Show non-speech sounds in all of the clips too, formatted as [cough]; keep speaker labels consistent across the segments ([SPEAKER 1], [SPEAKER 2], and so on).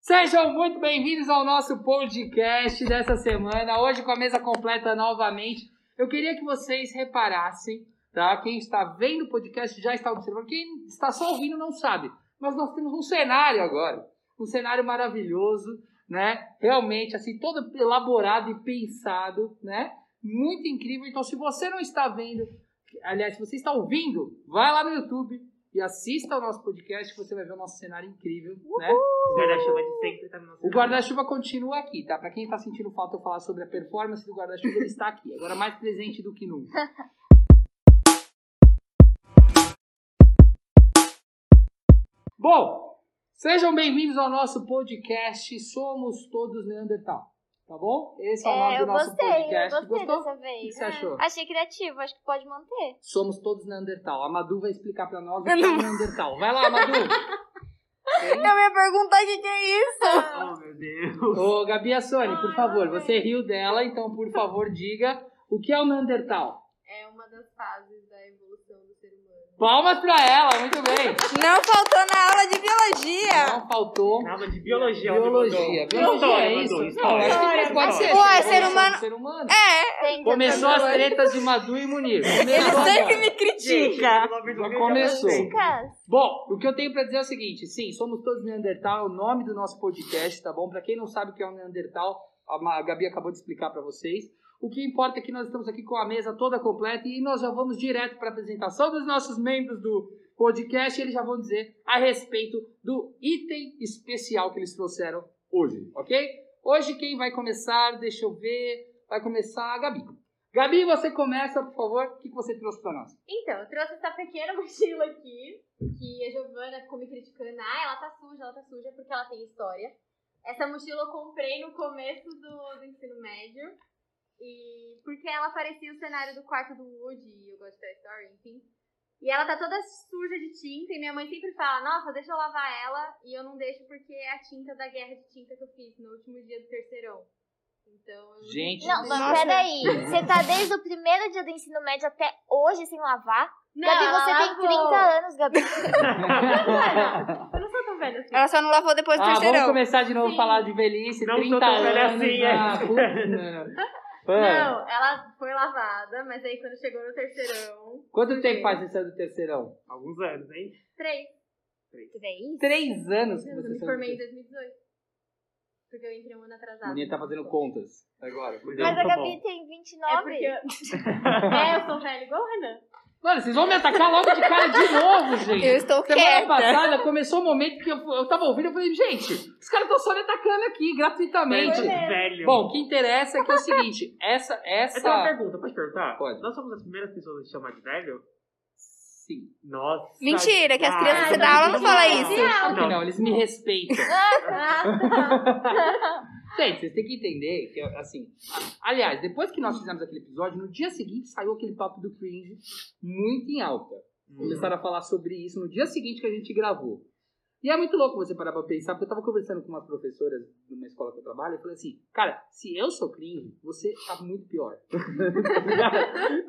[SPEAKER 1] Sejam muito bem-vindos ao nosso podcast dessa semana. Hoje com a mesa completa novamente. Eu queria que vocês reparassem, tá? Quem está vendo o podcast já está observando. Quem está só ouvindo não sabe. Mas nós temos um cenário agora. Um cenário maravilhoso, né? Realmente, assim, todo elaborado e pensado, né? Muito incrível. Então, se você não está vendo, aliás, se você está ouvindo, vai lá no YouTube e assista ao nosso podcast que você vai ver o nosso cenário incrível, né?
[SPEAKER 2] O guarda-chuva de sempre tá no nosso
[SPEAKER 1] O guarda-chuva continua aqui, tá? Pra quem tá sentindo falta eu falar sobre a performance do guarda-chuva, ele está aqui. Agora mais presente do que nunca. [laughs] Bom, sejam bem-vindos ao nosso podcast Somos Todos Neandertal, tá bom? Esse é, o nome
[SPEAKER 3] É,
[SPEAKER 1] do
[SPEAKER 3] eu
[SPEAKER 1] nosso
[SPEAKER 3] gostei,
[SPEAKER 1] podcast.
[SPEAKER 3] eu gostei
[SPEAKER 1] Gostou? é
[SPEAKER 3] dessa
[SPEAKER 1] O que
[SPEAKER 3] vez.
[SPEAKER 1] você achou?
[SPEAKER 3] Achei criativo, acho que pode manter.
[SPEAKER 1] Somos Todos Neandertal. A Madu vai explicar pra nós o que é
[SPEAKER 4] Eu não-
[SPEAKER 1] Neandertal. Vai lá, Madu!
[SPEAKER 4] Eu ia perguntar o que, que é isso.
[SPEAKER 2] Oh, meu Deus.
[SPEAKER 1] Ô, Gabi Assone, por
[SPEAKER 4] Ai,
[SPEAKER 1] favor,
[SPEAKER 4] mamãe.
[SPEAKER 1] você riu dela, então, por favor, diga o que é o Neandertal.
[SPEAKER 5] é uma das fases da evolução do ser humano.
[SPEAKER 1] Palmas pra ela, muito bem.
[SPEAKER 4] Não faltou na aula de biologia.
[SPEAKER 1] Não faltou.
[SPEAKER 2] Na aula de biologia.
[SPEAKER 1] Biologia. Biologia é isso? Não,
[SPEAKER 2] História,
[SPEAKER 1] acho que
[SPEAKER 2] história,
[SPEAKER 1] não, pode ser.
[SPEAKER 4] Ué,
[SPEAKER 1] Pode
[SPEAKER 4] ser humano-
[SPEAKER 1] Ser humano.
[SPEAKER 3] Tem que
[SPEAKER 1] É, Começou
[SPEAKER 3] ter
[SPEAKER 1] as tretas de Madu e Munir.
[SPEAKER 4] Ele
[SPEAKER 1] Começou
[SPEAKER 4] sempre
[SPEAKER 1] agora.
[SPEAKER 4] me critica.
[SPEAKER 1] Já começou.
[SPEAKER 3] dicas.
[SPEAKER 1] Bom, o que eu tenho pra dizer é o seguinte, sim, somos todos Neandertal, é o nome do nosso podcast, tá bom? Pra quem não sabe o que é um Neandertal, a Ma- a Gabi acabou de explicar pra vocês. O que importa é que nós estamos aqui com a mesa toda completa e nós já vamos direto pra apresentação dos nossos membros do podcast e eles já vão dizer a respeito do item especial que eles trouxeram hoje, ok? Hoje quem vai começar, deixa eu ver, vai começar a Gabi. Gabi, você começa, por favor, o que que você trouxe pra nós?
[SPEAKER 5] Então, eu trouxe essa pequena [laughs] mochila aqui, que a Giovana ficou me criticando. Ah, ela tá suja, ela tá suja, porque ela tem história. Essa mochila eu comprei no começo do, do ensino médio. E porque ela parecia o cenário do quarto do Woody, e eu gosto de Toy Story, enfim. E ela tá toda suja de tinta, e minha mãe sempre fala, nossa, deixa eu lavar ela, e eu não deixo porque é a tinta da guerra de tinta que eu fiz no último dia do terceirão. Então, eu
[SPEAKER 1] Gente,
[SPEAKER 3] Não,
[SPEAKER 4] Nossa.
[SPEAKER 3] mas peraí. Você tá desde o primeiro dia do ensino médio até hoje sem lavar?
[SPEAKER 5] Não,
[SPEAKER 3] Gabi,
[SPEAKER 5] ela
[SPEAKER 3] você tem
[SPEAKER 5] lavou.
[SPEAKER 3] 30 anos,
[SPEAKER 5] [laughs]
[SPEAKER 3] Gabi.
[SPEAKER 5] Eu não sou tão velha assim.
[SPEAKER 4] Ela só não lavou depois do
[SPEAKER 1] Ah, vamos
[SPEAKER 4] terceirão.
[SPEAKER 1] começar de novo a
[SPEAKER 5] Sim.
[SPEAKER 1] falar de velhice,
[SPEAKER 2] Não
[SPEAKER 1] 30
[SPEAKER 2] sou tão velha
[SPEAKER 1] anos.
[SPEAKER 2] assim, é.
[SPEAKER 1] ah,
[SPEAKER 2] [laughs]
[SPEAKER 1] putz, não. Ah,
[SPEAKER 4] É.
[SPEAKER 5] Não, ela foi lavada, mas aí quando chegou no terceirão.
[SPEAKER 1] Quanto tempo faz você saiu do terceirão?
[SPEAKER 2] Alguns anos, hein?
[SPEAKER 5] Três. É
[SPEAKER 3] Três?
[SPEAKER 1] Três anos que
[SPEAKER 5] Eu
[SPEAKER 1] você
[SPEAKER 5] me
[SPEAKER 1] saiu do
[SPEAKER 5] formei em
[SPEAKER 1] terceirão.
[SPEAKER 5] 2018. Porque eu entrei um ano atrasado.
[SPEAKER 1] Moninha tá fazendo contas agora.
[SPEAKER 3] Mas a
[SPEAKER 2] Tá bom.
[SPEAKER 3] Gabi tem
[SPEAKER 5] É
[SPEAKER 3] 29.
[SPEAKER 5] porque.
[SPEAKER 4] [laughs]
[SPEAKER 5] é, eu sou velha igual o Renan.
[SPEAKER 1] Mano, vocês vão me atacar logo de cara de novo, gente.
[SPEAKER 4] Eu estou
[SPEAKER 1] Semana
[SPEAKER 4] quieta.
[SPEAKER 1] passada começou o momento que eu, eu tava ouvindo, eu falei, gente, os caras estão só me atacando aqui, gratuitamente.
[SPEAKER 2] Gente, velho.
[SPEAKER 1] Bom, o que interessa é que é o seguinte, essa,
[SPEAKER 2] eu tenho é uma
[SPEAKER 1] essa...
[SPEAKER 2] pergunta, pode perguntar?
[SPEAKER 1] Pode.
[SPEAKER 2] Nós somos as primeiras pessoas a te chamar de velho?
[SPEAKER 1] Sim.
[SPEAKER 2] Nossa.
[SPEAKER 4] Mentira, que as
[SPEAKER 2] Ah,
[SPEAKER 4] crianças que
[SPEAKER 2] não,
[SPEAKER 4] dá aula não falam isso.
[SPEAKER 1] Claro que
[SPEAKER 2] Não.
[SPEAKER 1] não, eles me respeitam.
[SPEAKER 5] Ah,
[SPEAKER 1] Gente, vocês têm que entender que, assim. a- Aliás, depois que nós fizemos aquele episódio, no dia seguinte saiu aquele papo do cringe muito em alta.
[SPEAKER 2] Hum.
[SPEAKER 5] Uhum.
[SPEAKER 1] Começaram a falar sobre isso no dia seguinte que a gente gravou. E é muito louco você parar pra pensar, porque eu tava conversando com umas professoras de uma escola que eu trabalho, e eu falei assim, cara, se eu sou cringe, você tá muito pior. [laughs]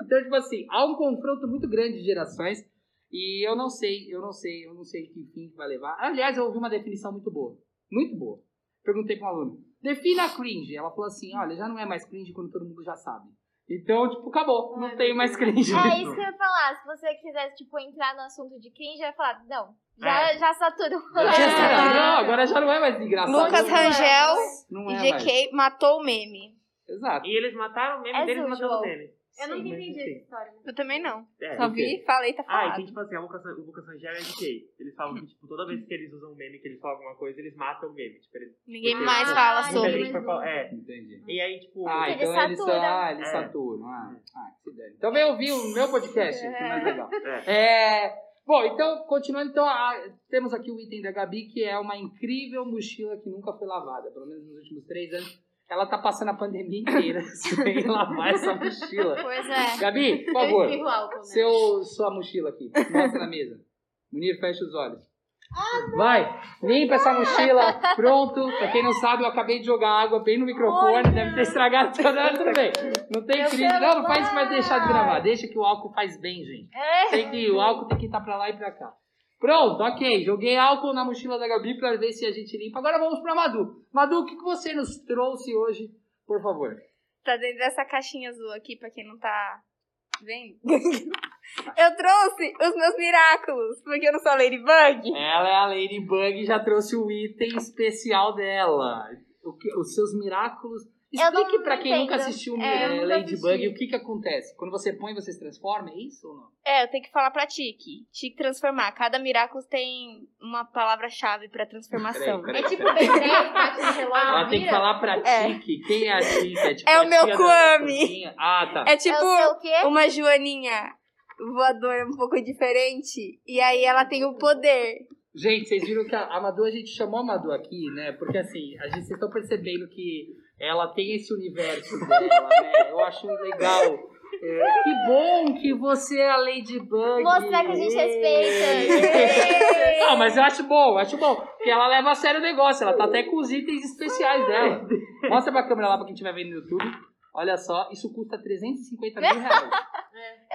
[SPEAKER 1] então, tipo assim, há um confronto muito grande de gerações, e eu não sei, eu não sei, eu não sei que fim que vai levar. Aliás, eu ouvi uma definição muito boa, muito boa. Perguntei pra um aluno, defina a cringe. Ela falou assim, olha, já não é mais cringe quando todo mundo já sabe. Então, tipo, acabou, não
[SPEAKER 5] Ai,
[SPEAKER 1] tem
[SPEAKER 5] meu
[SPEAKER 1] mais cringe.
[SPEAKER 3] É isso que eu ia falar. Se você quisesse, tipo, entrar no assunto de cringe, eu ia falar, não. Já,
[SPEAKER 1] É.
[SPEAKER 3] já saturou.
[SPEAKER 1] Ah, não, agora já não é mais engraçado.
[SPEAKER 4] É. Lucas Rangel
[SPEAKER 1] não
[SPEAKER 4] e
[SPEAKER 1] é mais.
[SPEAKER 4] GK matou o meme.
[SPEAKER 1] Exato.
[SPEAKER 2] E eles mataram o meme
[SPEAKER 3] É
[SPEAKER 2] deles
[SPEAKER 3] sujo.
[SPEAKER 2] matando o meme.
[SPEAKER 5] eu nunca
[SPEAKER 2] Sim, mas
[SPEAKER 5] entendi essa
[SPEAKER 2] enfim.
[SPEAKER 5] história.
[SPEAKER 4] Eu também não.
[SPEAKER 2] É,
[SPEAKER 4] Só
[SPEAKER 1] o quê?
[SPEAKER 4] vi, falei, tá
[SPEAKER 2] Ah, e tem
[SPEAKER 4] falado.
[SPEAKER 2] tipo assim, a Lucas, o Lucas Rangel é GK. Eles falam que, tipo, toda vez que eles usam um meme, que eles falam alguma coisa, eles matam o meme. Tipo, eles...
[SPEAKER 4] Ninguém
[SPEAKER 2] porque-
[SPEAKER 4] mais fala
[SPEAKER 5] Ah,
[SPEAKER 2] Muita
[SPEAKER 4] sobre.
[SPEAKER 2] gente vai falar- É.
[SPEAKER 1] Entendi.
[SPEAKER 2] E aí, tipo...
[SPEAKER 1] Ah,
[SPEAKER 3] Eles
[SPEAKER 1] então eles são.
[SPEAKER 3] saturam.
[SPEAKER 1] Ah, eles
[SPEAKER 2] É.
[SPEAKER 1] saturam. Ah, ah, que se dane. Então vem ouvir o meu podcast, que é mais legal.
[SPEAKER 2] É.
[SPEAKER 1] É, bom, então, continuando, então, a- temos aqui o item da Gabi, que é uma incrível mochila que nunca foi lavada, pelo menos nos últimos três anos. Ela tá passando a pandemia inteira [laughs] sem lavar essa mochila.
[SPEAKER 4] Pois é.
[SPEAKER 1] Gabi, por
[SPEAKER 5] Eu
[SPEAKER 1] favor,
[SPEAKER 5] espirro álcool, né?
[SPEAKER 1] seu, sua mochila aqui. Mostra na mesa. Munir, fecha os olhos. Vai, limpa essa mochila. Pronto. Pra quem não sabe, eu acabei de jogar água bem no microfone.
[SPEAKER 5] Olha!
[SPEAKER 1] Deve ter estragado tudo. Mas Tudo bem. Não tem
[SPEAKER 3] Meu
[SPEAKER 1] crise. Não, não faz isso, vai
[SPEAKER 3] celular!
[SPEAKER 1] deixar de gravar. Deixa que o álcool faz bem, gente. Tem que, o álcool tem que estar tá pra lá e pra cá. Pronto, ok. Joguei álcool na mochila da Gabi pra ver se a gente limpa. Agora vamos pra Madu. Madu, o que, que você nos trouxe hoje, por favor?
[SPEAKER 4] Tá dentro dessa caixinha azul aqui, pra quem não tá vendo. [laughs] eu trouxe os meus miraculos, porque eu não sou Ladybug.
[SPEAKER 1] Ela é a Ladybug e já trouxe o item especial dela. O que- os seus miraculos.
[SPEAKER 3] Eu não-
[SPEAKER 1] Explique
[SPEAKER 3] não
[SPEAKER 1] pra quem nunca
[SPEAKER 3] entendo.
[SPEAKER 1] assistiu
[SPEAKER 3] É,
[SPEAKER 1] eh,
[SPEAKER 3] eu nunca
[SPEAKER 1] Ladybug
[SPEAKER 3] assisti.
[SPEAKER 1] o que que acontece. Quando você põe, você se transforma, é isso ou não?
[SPEAKER 4] É, eu tenho que falar pra Tiki. Tiki transformar. Cada miraculo tem uma palavra-chave pra transformação. [laughs]
[SPEAKER 1] Peraí,
[SPEAKER 5] É
[SPEAKER 1] peraí,
[SPEAKER 5] tipo
[SPEAKER 1] peraí.
[SPEAKER 5] bem 10, bate no
[SPEAKER 3] Ah,
[SPEAKER 5] relógio.
[SPEAKER 1] Ela tem que
[SPEAKER 5] vira.
[SPEAKER 1] falar pra
[SPEAKER 4] É.
[SPEAKER 1] Tiki. Quem é a Tiki? É, tipo
[SPEAKER 4] É
[SPEAKER 1] a
[SPEAKER 4] o meu
[SPEAKER 1] tia da
[SPEAKER 4] Kwame.
[SPEAKER 1] cozinha? Ah, tá.
[SPEAKER 4] É
[SPEAKER 3] Eu
[SPEAKER 4] tipo
[SPEAKER 3] sei o quê?
[SPEAKER 4] uma joaninha voadora um pouco diferente. E aí ela tem o poder.
[SPEAKER 1] Gente, vocês viram que a a Madu, a gente chamou a Madu aqui, né? Porque assim, a gente, vocês estão percebendo que ela tem esse universo dela, né? Eu acho legal. É, que bom que você é a Ladybug.
[SPEAKER 3] Mostrar que a gente
[SPEAKER 1] respeita. Não, mas eu acho bom, acho bom. Porque ela leva a sério o negócio, ela tá até com os itens especiais dela. Mostra pra câmera lá pra quem estiver vendo no YouTube. Olha só, isso custa 350 mil reais.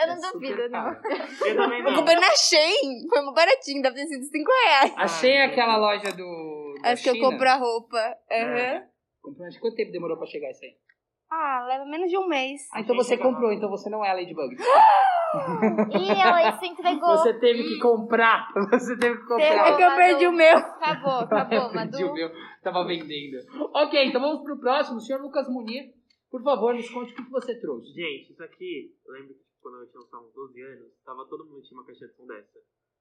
[SPEAKER 3] Eu não
[SPEAKER 1] É super
[SPEAKER 3] duvido, não.
[SPEAKER 1] caro.
[SPEAKER 2] Eu
[SPEAKER 1] É.
[SPEAKER 2] também
[SPEAKER 4] Eu
[SPEAKER 2] não.
[SPEAKER 4] comprei é na Shein. Foi muito baratinho, deve ter sido 5 reais.
[SPEAKER 1] Achei aquela loja do. da
[SPEAKER 4] Acho que eu
[SPEAKER 1] China.
[SPEAKER 4] compro a roupa. Aham.
[SPEAKER 1] É. Comprou, acho que quanto tempo demorou pra chegar isso aí?
[SPEAKER 4] Ah, leva menos de um mês.
[SPEAKER 1] Ah, então
[SPEAKER 2] Achei
[SPEAKER 1] você
[SPEAKER 2] que demorou.
[SPEAKER 1] comprou, então você não é a Ladybug.
[SPEAKER 3] E ela se entregou.
[SPEAKER 1] Você teve que comprar. [laughs] Você teve que
[SPEAKER 4] É
[SPEAKER 1] comprar.
[SPEAKER 4] que eu perdi o meu.
[SPEAKER 3] Acabou, acabou,
[SPEAKER 1] Perdi o
[SPEAKER 3] Tá Madu.
[SPEAKER 1] meu. Tava vendendo. Ok, então vamos pro próximo. Senhor Lucas Munir, por favor, nos conte o que você trouxe.
[SPEAKER 2] Gente, isso aqui, eu lembro que tipo, quando eu tinha sei lá, uns 12 anos, tava todo mundo tinha uma caixinha de som dessa.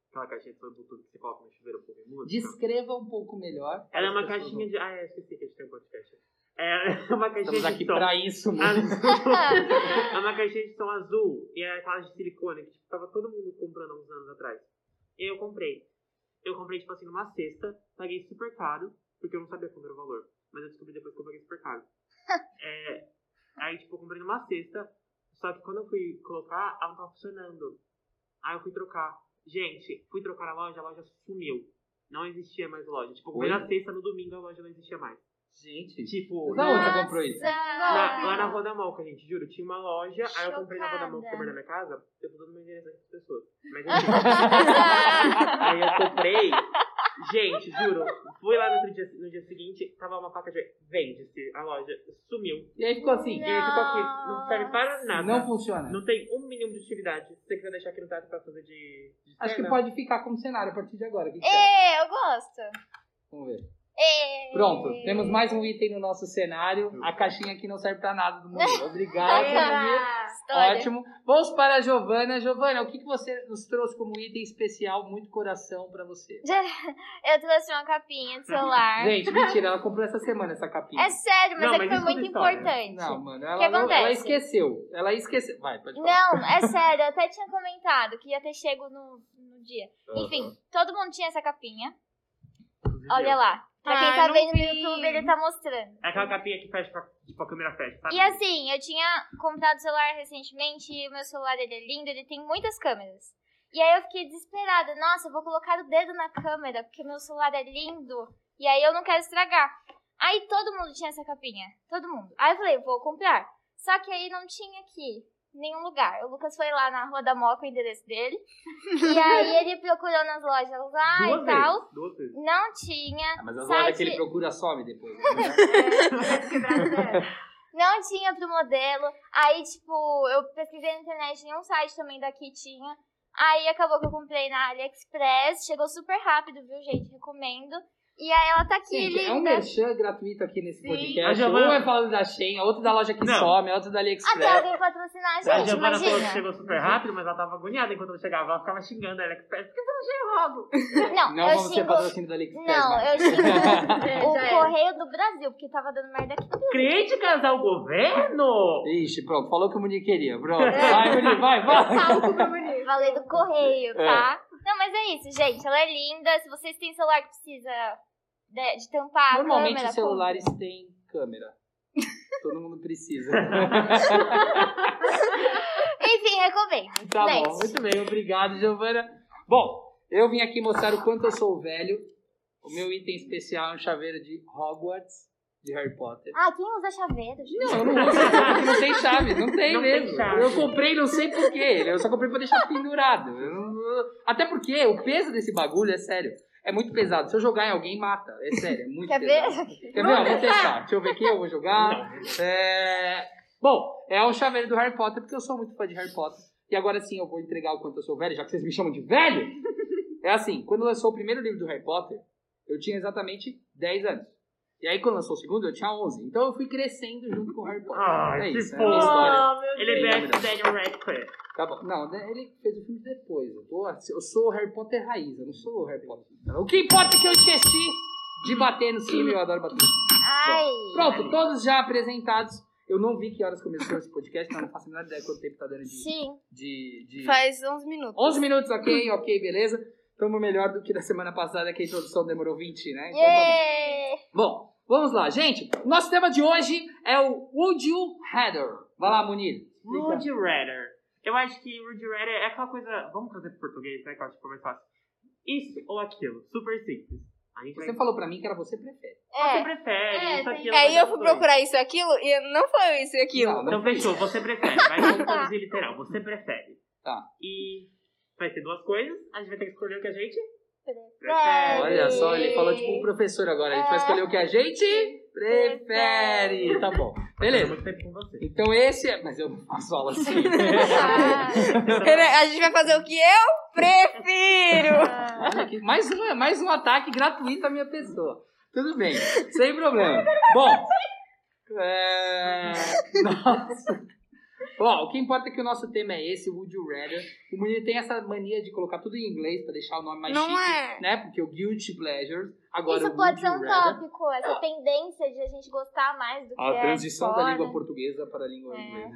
[SPEAKER 2] Aquela caixinha de som Bluetooth que você coloca no chuveiro pra ouvir música.
[SPEAKER 1] Descreva um pouco melhor.
[SPEAKER 2] Ela é uma caixinha de. Ah, é, esqueci que a gente tem um podcast. É [laughs] uma caixinha
[SPEAKER 1] Estamos
[SPEAKER 2] de
[SPEAKER 1] aqui
[SPEAKER 2] som.
[SPEAKER 1] pra
[SPEAKER 2] Ah,
[SPEAKER 1] isso, mano.
[SPEAKER 2] azul. é uma caixinha de som azul e era aquela de silicone que tipo, tava todo mundo comprando há uns anos atrás. E aí eu comprei. Eu comprei, tipo assim, numa cesta, paguei super caro, porque eu não sabia qual era o valor. Mas eu descobri depois que eu paguei super caro. É, aí, tipo, eu comprei numa cesta, só que quando eu fui colocar, ela não tava funcionando. Aí eu fui trocar. Gente, fui trocar a loja, a loja sumiu. Não existia mais loja. Tipo, eu comprei
[SPEAKER 1] Oi?
[SPEAKER 2] na sexta, no domingo a loja não existia mais.
[SPEAKER 1] Gente,
[SPEAKER 2] Tipo,
[SPEAKER 1] da onde você
[SPEAKER 3] Nossa.
[SPEAKER 1] comprou isso?
[SPEAKER 2] na- lá na Rua da Moca, gente, juro. Tinha uma loja, aí eu comprei na Rua da Moca,
[SPEAKER 3] Chocada.
[SPEAKER 2] que perto da minha casa. Eu tô dando meu endereço aqui pras pessoas.
[SPEAKER 3] [laughs]
[SPEAKER 2] Mas enfim. aí eu comprei. Gente, juro. Fui lá no outro dia, no dia seguinte, tava uma placa de vende-se. A loja sumiu.
[SPEAKER 1] E aí ficou assim.
[SPEAKER 2] E aí ficou aqui. Não serve para é nada.
[SPEAKER 1] Não
[SPEAKER 2] Não,
[SPEAKER 1] funciona.
[SPEAKER 2] tem um mínimo de utilidade. Se você quiser deixar aqui no teto pra fazer de. de
[SPEAKER 1] Acho que
[SPEAKER 2] cena.
[SPEAKER 1] pode ficar como cenário a partir de agora. O que que você acha?
[SPEAKER 3] É, eu gosto.
[SPEAKER 1] Vamos ver.
[SPEAKER 3] É.
[SPEAKER 1] Pronto, temos mais um item no nosso cenário. A caixinha aqui não serve pra nada do mundo.
[SPEAKER 3] [laughs] Tá
[SPEAKER 1] Obrigado, Munir.
[SPEAKER 3] História.
[SPEAKER 1] Ótimo. Vamos para a Giovana. Giovana, o que, que você nos trouxe como item especial? Muito coração pra você.
[SPEAKER 3] Eu trouxe uma capinha de celular.
[SPEAKER 1] Gente, mentira, ela comprou essa semana essa capinha.
[SPEAKER 3] É sério, mas
[SPEAKER 2] Não,
[SPEAKER 3] é que
[SPEAKER 2] mas
[SPEAKER 3] foi
[SPEAKER 2] escuta
[SPEAKER 3] muito
[SPEAKER 2] a história.
[SPEAKER 3] importante.
[SPEAKER 1] Não, mano, ela,
[SPEAKER 3] que
[SPEAKER 1] não-
[SPEAKER 3] acontece?
[SPEAKER 1] ela esqueceu. Ela esqueceu. Vai, pode falar.
[SPEAKER 3] Não, é sério, eu até tinha comentado que ia ter chego no, no dia. Enfim, todo mundo tinha essa capinha. Olha lá. Pra quem
[SPEAKER 4] Ai,
[SPEAKER 3] tá
[SPEAKER 4] Ah, não
[SPEAKER 3] vendo no
[SPEAKER 4] vi.
[SPEAKER 3] YouTube, ele tá mostrando.
[SPEAKER 2] É aquela capinha que fecha, pra- tipo, a câmera fecha, sabe?
[SPEAKER 3] E assim, eu tinha comprado celular recentemente, e o meu celular ele é lindo, ele tem muitas câmeras. E aí eu fiquei desesperada, nossa, eu vou colocar o dedo na câmera, porque meu celular é lindo, e aí eu não quero estragar. Aí todo mundo tinha essa capinha, todo mundo. Aí eu falei, vou comprar. Só que aí não tinha aqui, em nenhum lugar. O Lucas foi lá na Rua da Moca, o
[SPEAKER 2] [laughs]
[SPEAKER 3] endereço dele, e aí ele procurou nas lojas lá
[SPEAKER 2] duas
[SPEAKER 3] ah, e tal.
[SPEAKER 2] vezes. Duas vezes.
[SPEAKER 3] Não tinha.
[SPEAKER 1] Ah, mas as
[SPEAKER 3] site-
[SPEAKER 1] lojas que ele procura some depois. né?
[SPEAKER 3] [laughs] Não tinha pro modelo. Aí, tipo, eu pesquisei na internet, nenhum site também daqui tinha. Aí acabou que eu comprei na AliExpress. Chegou super rápido, viu, gente? Recomendo. E aí ela tá aqui,
[SPEAKER 1] Gente,
[SPEAKER 3] linda.
[SPEAKER 1] é um merchan gratuito aqui nesse
[SPEAKER 5] Sim.
[SPEAKER 2] A
[SPEAKER 1] podcast.
[SPEAKER 2] Giovana-
[SPEAKER 1] Um é falando da Shein, outro da loja que
[SPEAKER 2] Não.
[SPEAKER 1] some, outro da
[SPEAKER 3] Até
[SPEAKER 1] AliExpress.
[SPEAKER 3] alguém patrocinar
[SPEAKER 2] A
[SPEAKER 3] a gente,
[SPEAKER 2] Giovana falou que
[SPEAKER 3] imagina.
[SPEAKER 2] chegou super rápido, mas ela tava agoniada enquanto eu chegava. Ela ficava xingando a AliExpress. Por que você não chegou logo?
[SPEAKER 3] Não,
[SPEAKER 1] Não
[SPEAKER 3] eu
[SPEAKER 1] vamos ter
[SPEAKER 3] xingo.
[SPEAKER 1] patrocínio da AliExpress. né?
[SPEAKER 3] Não,
[SPEAKER 1] mais.
[SPEAKER 3] eu
[SPEAKER 1] [laughs]
[SPEAKER 3] xingo o
[SPEAKER 5] já era.
[SPEAKER 3] correio do Brasil, porque tava dando merda aqui.
[SPEAKER 2] Críticas ao governo?
[SPEAKER 1] Ixi, pronto, falou o que o Munir queria.
[SPEAKER 3] [laughs]
[SPEAKER 1] Pronto. Vai, Munir, vai, vai.
[SPEAKER 5] Salvo pra bonito.
[SPEAKER 3] Falei do correio, tá? Não, mas é isso, gente. Ela é linda. Se vocês têm celular que precisa de, de tampar a
[SPEAKER 1] Normalmente
[SPEAKER 3] câmera,
[SPEAKER 1] os celulares têm câmera. Todo mundo
[SPEAKER 3] [laughs]
[SPEAKER 1] precisa.
[SPEAKER 3] compra. Enfim, recomendo.
[SPEAKER 1] tá bom,
[SPEAKER 3] Next.
[SPEAKER 1] muito bem, obrigado, Giovana. Bom, eu vim aqui mostrar o quanto eu sou velho. O meu item especial é um chaveiro de Hogwarts. de Harry Potter.
[SPEAKER 3] Ah, quem usa chaveiro? gente?
[SPEAKER 1] Não, eu não uso porque [laughs] não tem chave, não tem
[SPEAKER 2] Não tem
[SPEAKER 1] mesmo.
[SPEAKER 2] chave.
[SPEAKER 1] Eu comprei não sei porquê, eu só comprei pra deixar pendurado. Eu não- Até porque o peso desse bagulho é sério. É muito pesado. Se eu jogar em alguém, mata. É sério, é muito
[SPEAKER 3] Quer
[SPEAKER 1] pesado.
[SPEAKER 3] ver?
[SPEAKER 1] Quer ver? Ó, Vou testar. Deixa eu ver quem eu vou jogar. É, Bom, é o chaveiro do Harry Potter, porque eu sou muito fã de Harry Potter. E agora sim eu vou entregar o quanto eu sou velho, já que vocês me chamam de velho. É assim, quando lançou o primeiro livro do Harry Potter, eu tinha exatamente 10 anos. E aí quando lançou o segundo, eu tinha 11. Então eu fui crescendo junto com o Harry Potter.
[SPEAKER 2] Ah,
[SPEAKER 1] é
[SPEAKER 2] que
[SPEAKER 1] isso, é a
[SPEAKER 2] fofo.
[SPEAKER 1] minha história.
[SPEAKER 2] Ele é
[SPEAKER 1] Deus.
[SPEAKER 2] best Daniel Radcliffe.
[SPEAKER 1] Tá bom. Não, né, ele fez o filme depois. Eu, tô- eu sou o Harry Potter raiz, eu não sou o Harry Potter. O que importa é que eu esqueci de bater no filme, eu adoro bater no filme.
[SPEAKER 3] Ai.
[SPEAKER 1] Pronto, todos já apresentados. Eu não vi que horas começou esse podcast, então eu não faço a menor ideia quanto tempo tá dando de.
[SPEAKER 3] Sim.
[SPEAKER 1] de, de...
[SPEAKER 4] Faz 11 minutos.
[SPEAKER 1] 11 minutos, ok, ok, beleza. Estamos melhor do que da semana passada, que a introdução demorou 20, né? Então, tá
[SPEAKER 3] Yay!
[SPEAKER 1] bom. Bom, vamos lá, gente. Nosso tema de hoje é o Would You Rather. Vai lá, Munir.
[SPEAKER 2] Rude
[SPEAKER 1] Então.
[SPEAKER 2] Redder. Eu acho que Rude Redder é aquela coisa. Vamos trazer pro português, né? Que eu acho que é mais fácil. Isso ou aquilo. Super simples. A gente
[SPEAKER 1] Você
[SPEAKER 2] vai.
[SPEAKER 1] falou pra mim que era você prefere.
[SPEAKER 2] Você
[SPEAKER 3] É.
[SPEAKER 2] prefere,
[SPEAKER 5] É,
[SPEAKER 2] isso,
[SPEAKER 5] tem-
[SPEAKER 1] tá
[SPEAKER 2] aquilo.
[SPEAKER 4] Aí
[SPEAKER 2] vai
[SPEAKER 4] eu
[SPEAKER 2] dar
[SPEAKER 4] fui
[SPEAKER 2] os dois.
[SPEAKER 4] procurar isso e aquilo e não foi isso e aquilo.
[SPEAKER 1] Não,
[SPEAKER 2] Então fechou, você prefere. Vai vamos traduzir literal. Você prefere.
[SPEAKER 1] Tá.
[SPEAKER 2] E vai ter duas coisas. A gente vai ter que escolher o que a gente
[SPEAKER 3] Prefere.
[SPEAKER 1] Olha só, ele falou tipo um [laughs] professor agora. A gente vai escolher o que a gente prefere. Tá bom. Beleza.
[SPEAKER 2] Muito tempo com você.
[SPEAKER 1] Então esse é. Mas eu faço aula assim.
[SPEAKER 3] Ah,
[SPEAKER 4] A gente vai fazer o que eu prefiro.
[SPEAKER 3] ah.
[SPEAKER 1] Olha aqui, mais, um, mais um ataque gratuito à minha pessoa. Tudo bem, sem problema. Bom, é... nossa. Bom, o que importa é que o nosso tema é esse, Would You Rather. O Munir tem essa mania de colocar tudo em inglês pra deixar o nome mais
[SPEAKER 4] Não
[SPEAKER 1] chique,
[SPEAKER 4] é.
[SPEAKER 1] né? Porque o Guilty Pleasure, agora
[SPEAKER 3] Isso
[SPEAKER 1] o Would
[SPEAKER 3] pode ser
[SPEAKER 1] You
[SPEAKER 3] um
[SPEAKER 1] Rather.
[SPEAKER 3] tópico, essa tendência de a gente gostar mais do que
[SPEAKER 1] A
[SPEAKER 3] é
[SPEAKER 1] transição da
[SPEAKER 3] fora.
[SPEAKER 1] língua portuguesa para a língua
[SPEAKER 3] É.
[SPEAKER 1] inglesa.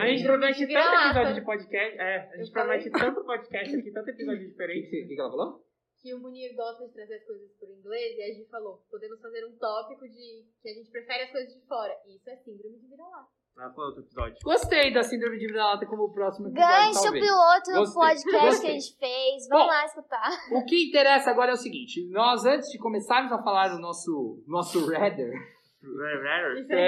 [SPEAKER 1] [laughs]
[SPEAKER 2] A gente promete
[SPEAKER 5] Vira
[SPEAKER 2] tanto
[SPEAKER 5] lata.
[SPEAKER 2] episódio de podcast. É, a gente
[SPEAKER 5] Eu
[SPEAKER 2] promete tanto podcast aqui, tanto
[SPEAKER 1] O
[SPEAKER 2] episódio
[SPEAKER 1] que,
[SPEAKER 2] diferente.
[SPEAKER 1] que- que ela falou?
[SPEAKER 5] que o Munir gosta de trazer as coisas por inglês, e a gente falou, podemos fazer um tópico de que a gente prefere as coisas de fora. Isso é síndrome de vira lá.
[SPEAKER 2] Ah, qual outro episódio?
[SPEAKER 1] Gostei da síndrome de vira-lata como o próximo episódio,
[SPEAKER 3] Gancho
[SPEAKER 1] talvez.
[SPEAKER 3] piloto do
[SPEAKER 1] Gostei,
[SPEAKER 3] podcast
[SPEAKER 1] gostei.
[SPEAKER 3] que a gente fez. Vamos
[SPEAKER 1] Bom.
[SPEAKER 3] lá escutar.
[SPEAKER 1] O que interessa agora é o seguinte: nós, antes de começarmos a falar do nosso, nosso Redder,
[SPEAKER 2] Rare, rare.
[SPEAKER 5] Isso é,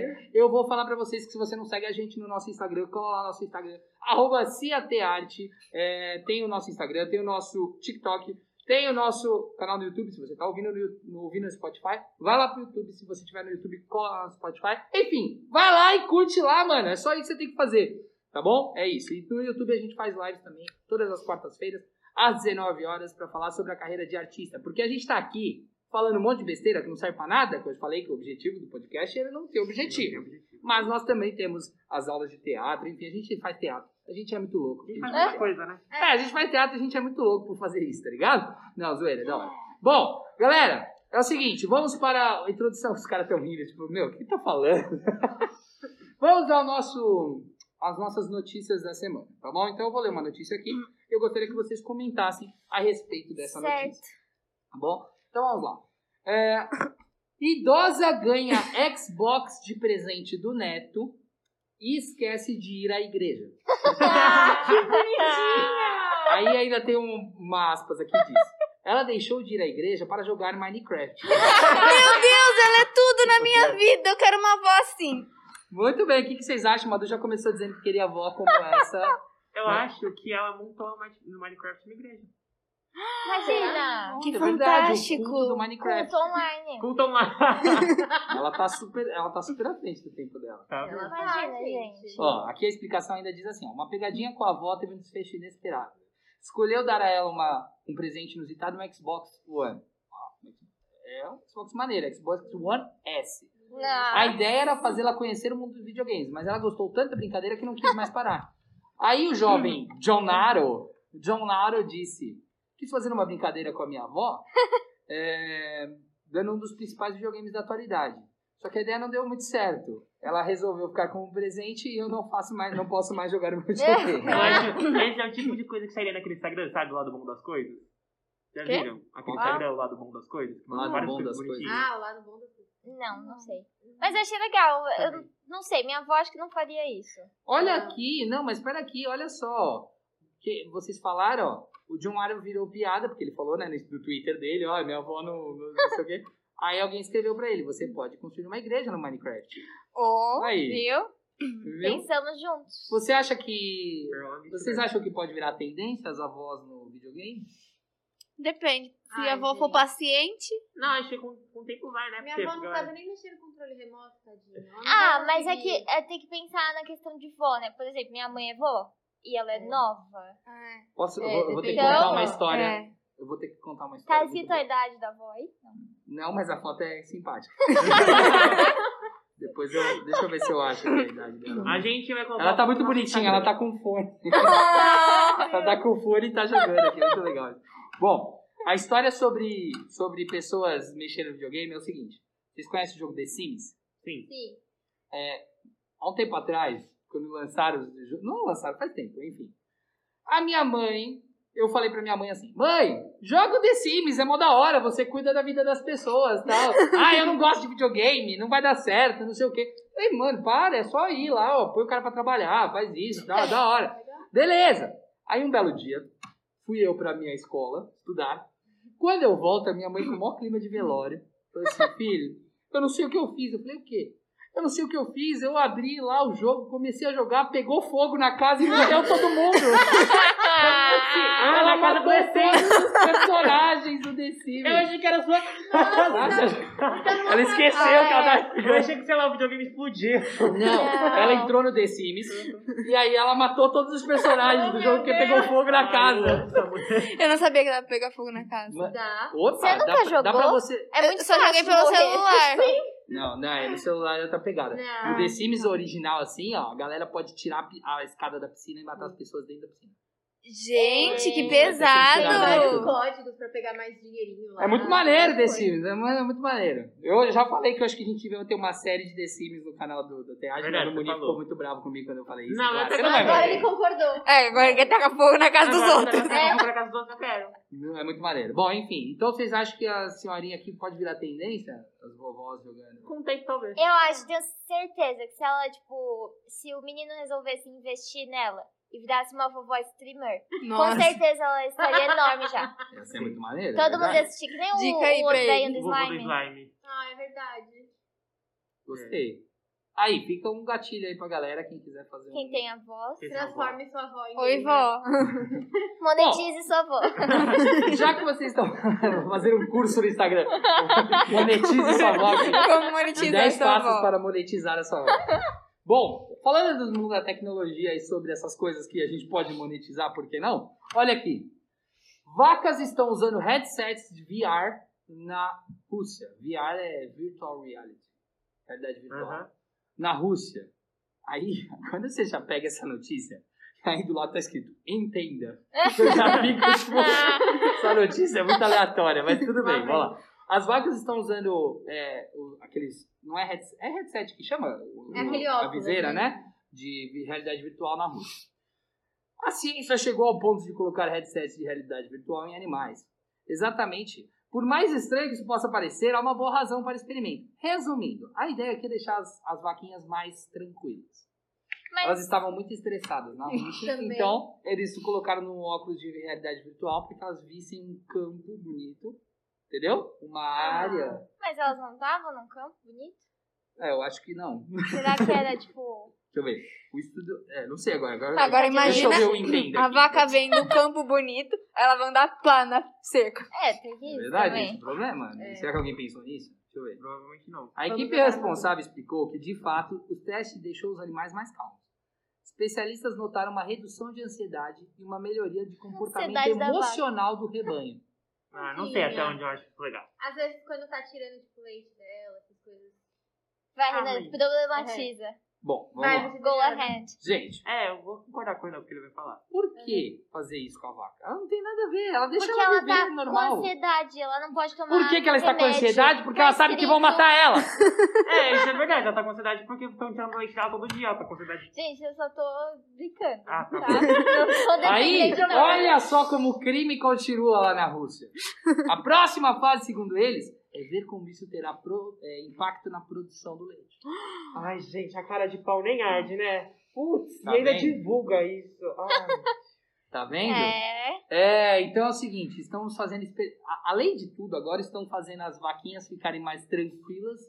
[SPEAKER 1] É. eu vou falar pra vocês que se você não segue a gente no nosso Instagram, cola lá no nosso Instagram, arroba ciatearte, é, tem o nosso Instagram, tem o nosso TikTok, tem o nosso canal no YouTube, se você tá ouvindo no, Yu- no- ouvindo no Spotify, vai lá pro YouTube, se você tiver no YouTube, cola lá no Spotify, enfim, vai lá e curte lá, mano, é só isso que você tem que fazer, tá bom? É isso, e no YouTube a gente faz lives também, todas as quartas-feiras, às 19 horas, pra falar sobre a carreira de artista, porque a gente tá aqui falando um monte de besteira que não serve pra nada, que eu falei que o objetivo do podcast era não ter objetivo. Mas nós também temos as aulas de teatro, enfim, a gente faz teatro. A gente é muito louco.
[SPEAKER 2] A gente faz muita coisa, né?
[SPEAKER 1] É, a gente faz teatro, a gente é muito louco por fazer isso, tá ligado? Não, zoeira, da hora. Bom, galera, é o seguinte, vamos para a introdução, que os caras estão rindo, tipo, meu, o que tá falando? [laughs] vamos ao nosso, às nossas notícias da semana, tá bom? Então eu vou ler uma notícia aqui, eu gostaria que vocês comentassem a respeito dessa
[SPEAKER 3] Certo.
[SPEAKER 1] notícia, tá bom? Então vamos lá. É, [coughs] idosa ganha Xbox de presente do neto e esquece de ir à igreja. Aí ainda tem um, uma aspas aqui que diz. Ela deixou de ir à igreja para jogar
[SPEAKER 4] [laughs]
[SPEAKER 1] Minecraft.
[SPEAKER 4] é Tudo na minha vida, eu quero uma avó assim.
[SPEAKER 1] Muito bem, o que, que vocês acham? Madu já começou dizendo que queria avó como essa.
[SPEAKER 4] [laughs]
[SPEAKER 2] Eu
[SPEAKER 1] Não.
[SPEAKER 2] acho que ela montou a Mine- no Minecraft uma igreja.
[SPEAKER 3] Imagina!
[SPEAKER 4] Que
[SPEAKER 1] É verdade,
[SPEAKER 4] fantástico.
[SPEAKER 1] O culto do Minecraft.
[SPEAKER 3] Culto online.
[SPEAKER 2] Cultam [laughs] lá.
[SPEAKER 1] Ela tá super, ela tá super à frente do tempo dela.
[SPEAKER 2] Tá
[SPEAKER 5] Ela
[SPEAKER 3] Imagina,
[SPEAKER 5] vai,
[SPEAKER 3] gente.
[SPEAKER 1] Ó, aqui a explicação ainda diz assim: ó, uma pegadinha com a avó teve um desfecho inesperado. Escolheu dar a ela uma, um presente inusitado um Xbox One. Ó, É um Xbox maneiro, Xbox One S. A
[SPEAKER 3] Não.
[SPEAKER 1] ideia era fazê-la conhecer o mundo dos videogames, mas ela gostou tanto da brincadeira que não quis mais parar. Aí o jovem John Naro, John Naro disse: quis fazer uma brincadeira com a minha avó, [laughs] é, dando um dos principais videogames da atualidade. Só que a ideia não deu muito certo. Ela resolveu ficar com o presente e eu não faço mais, não posso mais jogar
[SPEAKER 3] [laughs]
[SPEAKER 1] o meu videogame.
[SPEAKER 2] Eu acho que esse é o tipo de coisa que sairia naquele Instagram, sabe? O lado bom das coisas. Já
[SPEAKER 4] Quê?
[SPEAKER 2] viram? Aquele
[SPEAKER 1] Ah.
[SPEAKER 2] Instagram, o lado bom das coisas. que manda
[SPEAKER 1] Lado
[SPEAKER 2] várias
[SPEAKER 1] bom das
[SPEAKER 2] bonitinhas.
[SPEAKER 5] Ah, o lado bom do cu.
[SPEAKER 3] Não, não sei. Mas eu achei legal. Eu não sei, minha avó acho que não faria isso.
[SPEAKER 1] Olha aqui, não, mas espera aqui, olha só. Que vocês falaram, ó, o John Arrow virou piada, porque ele falou, né, no, no Twitter dele, ó, minha avó não, não, não sei o quê. Aí alguém escreveu pra ele, você pode construir uma igreja no Minecraft.
[SPEAKER 5] Oh,
[SPEAKER 4] Ou,
[SPEAKER 1] Aí.
[SPEAKER 4] viu?
[SPEAKER 1] Viu?
[SPEAKER 3] Pensamos juntos.
[SPEAKER 1] Você acha que...
[SPEAKER 2] Perla,
[SPEAKER 1] Vocês acham que pode virar tendência as avós no videogame?
[SPEAKER 4] Depende. Se
[SPEAKER 5] Ai,
[SPEAKER 4] a avó for
[SPEAKER 5] gente.
[SPEAKER 4] paciente,
[SPEAKER 2] Não, acho que com, com o tempo vai, né?
[SPEAKER 5] Minha
[SPEAKER 2] Porque,
[SPEAKER 5] avó não tá
[SPEAKER 2] galera,
[SPEAKER 5] sabe nem mexer no controle remoto, tadinha. Ela não
[SPEAKER 3] Ah,
[SPEAKER 5] vai
[SPEAKER 3] mas é que
[SPEAKER 5] conseguir.
[SPEAKER 3] é, tem que pensar na questão de vó, né? Por exemplo, minha mãe é vó e ela é,
[SPEAKER 5] É.
[SPEAKER 3] nova.
[SPEAKER 1] Posso, eu
[SPEAKER 5] É,
[SPEAKER 1] vou, eu vou ter que
[SPEAKER 3] depende.
[SPEAKER 1] contar uma
[SPEAKER 5] Então,
[SPEAKER 1] história.
[SPEAKER 4] é.
[SPEAKER 1] Eu vou ter que contar uma história.
[SPEAKER 3] Tá
[SPEAKER 1] muito
[SPEAKER 3] escrito a
[SPEAKER 1] boa.
[SPEAKER 3] idade da vó aí?
[SPEAKER 1] Não, mas a foto é
[SPEAKER 3] [laughs]
[SPEAKER 1] simpática. Depois eu. Deixa eu ver se eu acho que é a idade dela.
[SPEAKER 2] A gente vai comprar.
[SPEAKER 1] Ela tá muito bonitinha, ela tá com fone.
[SPEAKER 4] Ah,
[SPEAKER 1] ela tá com fone e tá jogando aqui, muito legal. Bom, a história sobre, sobre pessoas mexendo no videogame é o seguinte: vocês conhecem o jogo The Sims?
[SPEAKER 2] Sim.
[SPEAKER 5] Sim.
[SPEAKER 1] há um tempo atrás, quando lançaram os jo- não lançaram faz tempo, enfim. A minha mãe, eu falei pra minha mãe assim: "Mãe, joga o The Sims, é mó da hora, você cuida da vida das pessoas, tal. ah, eu não gosto de videogame, não vai dar certo, não sei o quê". Eu Falei: "Mano, para, é só ir lá, ó, põe o cara pra trabalhar, faz isso, tal, é da hora". Beleza. Aí um belo dia, fui eu pra minha escola estudar. Quando eu volto, a minha mãe com o maior clima de velório, falou assim: [laughs] "Filho, eu não sei o que eu fiz". Eu falei: "O quê?" Eu não sei o que eu fiz, eu abri lá o jogo, comecei a jogar, pegou fogo na casa e morreu todo
[SPEAKER 2] [laughs]
[SPEAKER 1] mundo. assim,
[SPEAKER 2] Ah, na casa do ET.
[SPEAKER 1] todos os personagens do The
[SPEAKER 2] Eu
[SPEAKER 1] Sims.
[SPEAKER 2] achei que
[SPEAKER 1] [laughs]
[SPEAKER 2] era sua
[SPEAKER 1] Ela esqueceu que ela tá...
[SPEAKER 2] Eu achei que, sei lá, o videogame explodiu.
[SPEAKER 1] Não, ela entrou no The Sims
[SPEAKER 2] Uhum.
[SPEAKER 1] e aí ela matou todos os personagens do jogo porque pegou fogo na casa.
[SPEAKER 2] tá
[SPEAKER 1] [laughs]
[SPEAKER 4] eu não sabia que dava pra pegar fogo na casa.
[SPEAKER 5] Dá.
[SPEAKER 1] Opa,
[SPEAKER 3] Você nunca
[SPEAKER 1] dá, pra- dá
[SPEAKER 3] jogou?
[SPEAKER 1] pra você...
[SPEAKER 3] É muito
[SPEAKER 4] eu só joguei
[SPEAKER 3] fácil
[SPEAKER 4] pelo
[SPEAKER 3] morrer.
[SPEAKER 4] celular.
[SPEAKER 3] [laughs]
[SPEAKER 1] Não, não, é, no celular já tá pegada.
[SPEAKER 5] Não.
[SPEAKER 1] No The Sims original, assim, ó, a galera pode tirar a pi- a escada da piscina e matar as pessoas dentro da piscina.
[SPEAKER 4] Gente, que
[SPEAKER 1] Tem
[SPEAKER 5] É.
[SPEAKER 1] Dá,
[SPEAKER 5] Tem
[SPEAKER 1] dá,
[SPEAKER 5] vários
[SPEAKER 1] dá.
[SPEAKER 4] pesado.
[SPEAKER 5] códigos pra pegar mais dinheirinho lá.
[SPEAKER 1] É
[SPEAKER 3] Ah,
[SPEAKER 1] muito maneiro The
[SPEAKER 5] Várias coisas.
[SPEAKER 1] Sims, é mu- é muito maneiro. Eu já falei que eu acho que a gente devia ter uma série de The Sims no canal do, do Teatro,
[SPEAKER 2] Verdade,
[SPEAKER 1] mas o
[SPEAKER 2] você
[SPEAKER 1] Muni
[SPEAKER 2] falou.
[SPEAKER 1] ficou muito bravo comigo quando eu falei isso.
[SPEAKER 2] Não, eu
[SPEAKER 1] claro.
[SPEAKER 2] até
[SPEAKER 1] Você não vai
[SPEAKER 2] falei.
[SPEAKER 5] Agora
[SPEAKER 1] ver.
[SPEAKER 5] ele concordou.
[SPEAKER 4] É, agora quer tacar fogo na casa dos
[SPEAKER 2] Agora,
[SPEAKER 4] outros.
[SPEAKER 2] pra- pra casa dos outros, eu quero.
[SPEAKER 1] Não, É muito maneiro. Bom, enfim, então vocês acham que a senhorinha aqui pode virar tendência? As vovós jogando.
[SPEAKER 2] Com o tempo, talvez.
[SPEAKER 3] Eu acho, tenho certeza que se ela, tipo, se o menino resolvesse investir nela e virasse uma vovó streamer, com
[SPEAKER 4] Nossa.
[SPEAKER 3] certeza ela estaria enorme
[SPEAKER 1] [laughs]
[SPEAKER 3] já.
[SPEAKER 1] Ia ser muito maneiro. é
[SPEAKER 3] Todo mundo assim. ia
[SPEAKER 1] verdade.
[SPEAKER 3] assistir, que nem o,
[SPEAKER 4] Dica aí
[SPEAKER 3] o
[SPEAKER 4] pra
[SPEAKER 3] outro
[SPEAKER 4] ele.
[SPEAKER 3] daí do
[SPEAKER 2] Vovô do
[SPEAKER 3] slime.
[SPEAKER 2] slime.
[SPEAKER 5] Ah, é verdade.
[SPEAKER 1] Gostei. Aí, fica um gatilho aí pra galera, quem quiser fazer
[SPEAKER 3] Quem
[SPEAKER 1] um...
[SPEAKER 3] tem a voz,
[SPEAKER 2] Esse é avô.
[SPEAKER 5] Transforme sua avó em
[SPEAKER 4] Oi,
[SPEAKER 5] gamer.
[SPEAKER 4] vó.
[SPEAKER 3] monetize sua voz.
[SPEAKER 1] [laughs]
[SPEAKER 3] [laughs]
[SPEAKER 1] Já que vocês estão fazendo um curso no Instagram, monetize sua voz.
[SPEAKER 4] Como
[SPEAKER 1] De
[SPEAKER 4] monetizar
[SPEAKER 1] 10
[SPEAKER 4] essa
[SPEAKER 1] passos
[SPEAKER 4] avó?
[SPEAKER 1] para monetizar essa obra. Bom, falando do mundo da tecnologia e sobre essas coisas que a gente pode monetizar, por que não? Olha aqui. Vacas estão usando headsets de VR na Rússia. VR é virtual reality. Realidade virtual.
[SPEAKER 2] Aham.
[SPEAKER 1] Na Rússia. Aí, [laughs] quando você já pega essa notícia, aí do lado tá escrito, entenda.
[SPEAKER 5] É.
[SPEAKER 1] Eu já fico, tipo, [laughs] essa notícia é muito aleatória, mas tudo bem, vamos lá. As vacas estão usando é, o- aqueles. Não é headset, é headset que chama? O-
[SPEAKER 5] É aquele
[SPEAKER 1] A
[SPEAKER 5] óculos,
[SPEAKER 1] viseira,
[SPEAKER 5] né?
[SPEAKER 1] né? De vi- realidade virtual na Rússia. A ciência chegou ao ponto de colocar headsets de realidade virtual em animais. Exatamente. Por mais estranho que isso possa parecer, há uma boa razão para o experimento. Resumindo, a ideia aqui é deixar as, as vaquinhas mais tranquilas. Elas
[SPEAKER 3] Mas
[SPEAKER 1] estavam muito estressadas na Rússia,
[SPEAKER 5] Também.
[SPEAKER 1] então eles colocaram num óculos de realidade virtual para que elas vissem um campo bonito, entendeu? Uma área.
[SPEAKER 3] Mas elas não estavam num campo bonito?
[SPEAKER 1] É, eu acho que não. [laughs] Deixa
[SPEAKER 3] Será que era, tipo...
[SPEAKER 1] eu ver. O estudo. É, não sei agora. Agora,
[SPEAKER 4] Agora
[SPEAKER 1] Deixa eu
[SPEAKER 4] imagina
[SPEAKER 1] ver o É entenda.
[SPEAKER 4] a
[SPEAKER 1] aqui.
[SPEAKER 4] vaca vem do campo bonito, ela vai andar pá na cerca.
[SPEAKER 3] É, tem
[SPEAKER 1] É
[SPEAKER 3] isso
[SPEAKER 1] verdade,
[SPEAKER 3] também.
[SPEAKER 1] esse é o problema?
[SPEAKER 5] É.
[SPEAKER 1] Será que alguém pensou nisso? Deixa eu ver.
[SPEAKER 2] Provavelmente não.
[SPEAKER 1] A
[SPEAKER 5] Vamos
[SPEAKER 1] equipe
[SPEAKER 5] ver.
[SPEAKER 1] responsável explicou que, de fato, o teste deixou os animais mais calmos. Especialistas notaram uma redução de ansiedade e uma melhoria de comportamento
[SPEAKER 3] Ansiedade da vaca.
[SPEAKER 1] emocional do
[SPEAKER 3] [laughs]
[SPEAKER 1] rebanho.
[SPEAKER 2] Ah, não sei até
[SPEAKER 5] Tadinha.
[SPEAKER 2] onde eu acho isso legal.
[SPEAKER 5] Às vezes, quando tá tirando tipo, leite dela, essas coisas.
[SPEAKER 3] Vai,
[SPEAKER 2] Ah,
[SPEAKER 3] Renan,
[SPEAKER 2] mas-
[SPEAKER 3] problematiza.
[SPEAKER 1] É. Bom, vamos lá.
[SPEAKER 5] Vai, você
[SPEAKER 3] Go
[SPEAKER 5] tá ligado?
[SPEAKER 3] ahead.
[SPEAKER 1] Gente,
[SPEAKER 2] É, eu vou concordar com o Renan, porque ele vai falar.
[SPEAKER 1] por que fazer isso com a vaca? Ela não tem nada a ver, ela deixa
[SPEAKER 3] Uhum. Porque
[SPEAKER 1] ela
[SPEAKER 3] ela
[SPEAKER 1] viver
[SPEAKER 3] tá com
[SPEAKER 1] normal.
[SPEAKER 3] ansiedade, ela não pode tomar
[SPEAKER 1] Por que, que ela está com
[SPEAKER 3] remédio.
[SPEAKER 1] ansiedade? Porque
[SPEAKER 3] Tá
[SPEAKER 1] ela sabe que vão
[SPEAKER 3] escrito-
[SPEAKER 1] matar ela.
[SPEAKER 2] [laughs]
[SPEAKER 3] [laughs]
[SPEAKER 2] É, isso é verdade. Ela tá com ansiedade porque estão tirando leite dela todo dia. Ela tá com ansiedade.
[SPEAKER 3] Gente, eu só tô brincando,
[SPEAKER 2] Ah,
[SPEAKER 3] tá?
[SPEAKER 2] tá.
[SPEAKER 3] Não tô
[SPEAKER 1] Aí,
[SPEAKER 3] defendendo, não.
[SPEAKER 1] olha só como o crime continua lá na
[SPEAKER 3] [laughs]
[SPEAKER 1] Rússia. A próxima fase, segundo eles, é ver como isso terá pro- é, impacto na produção do leite.
[SPEAKER 2] Ai, gente, a cara de pau nem arde, né? Putz,
[SPEAKER 1] Tá
[SPEAKER 2] e ainda
[SPEAKER 1] vendo?
[SPEAKER 2] divulga isso. Ai.
[SPEAKER 1] Tá vendo?
[SPEAKER 3] É.
[SPEAKER 1] É, então é o seguinte, estamos fazendo. espe- a- Além de tudo, agora estão fazendo as vaquinhas ficarem mais tranquilas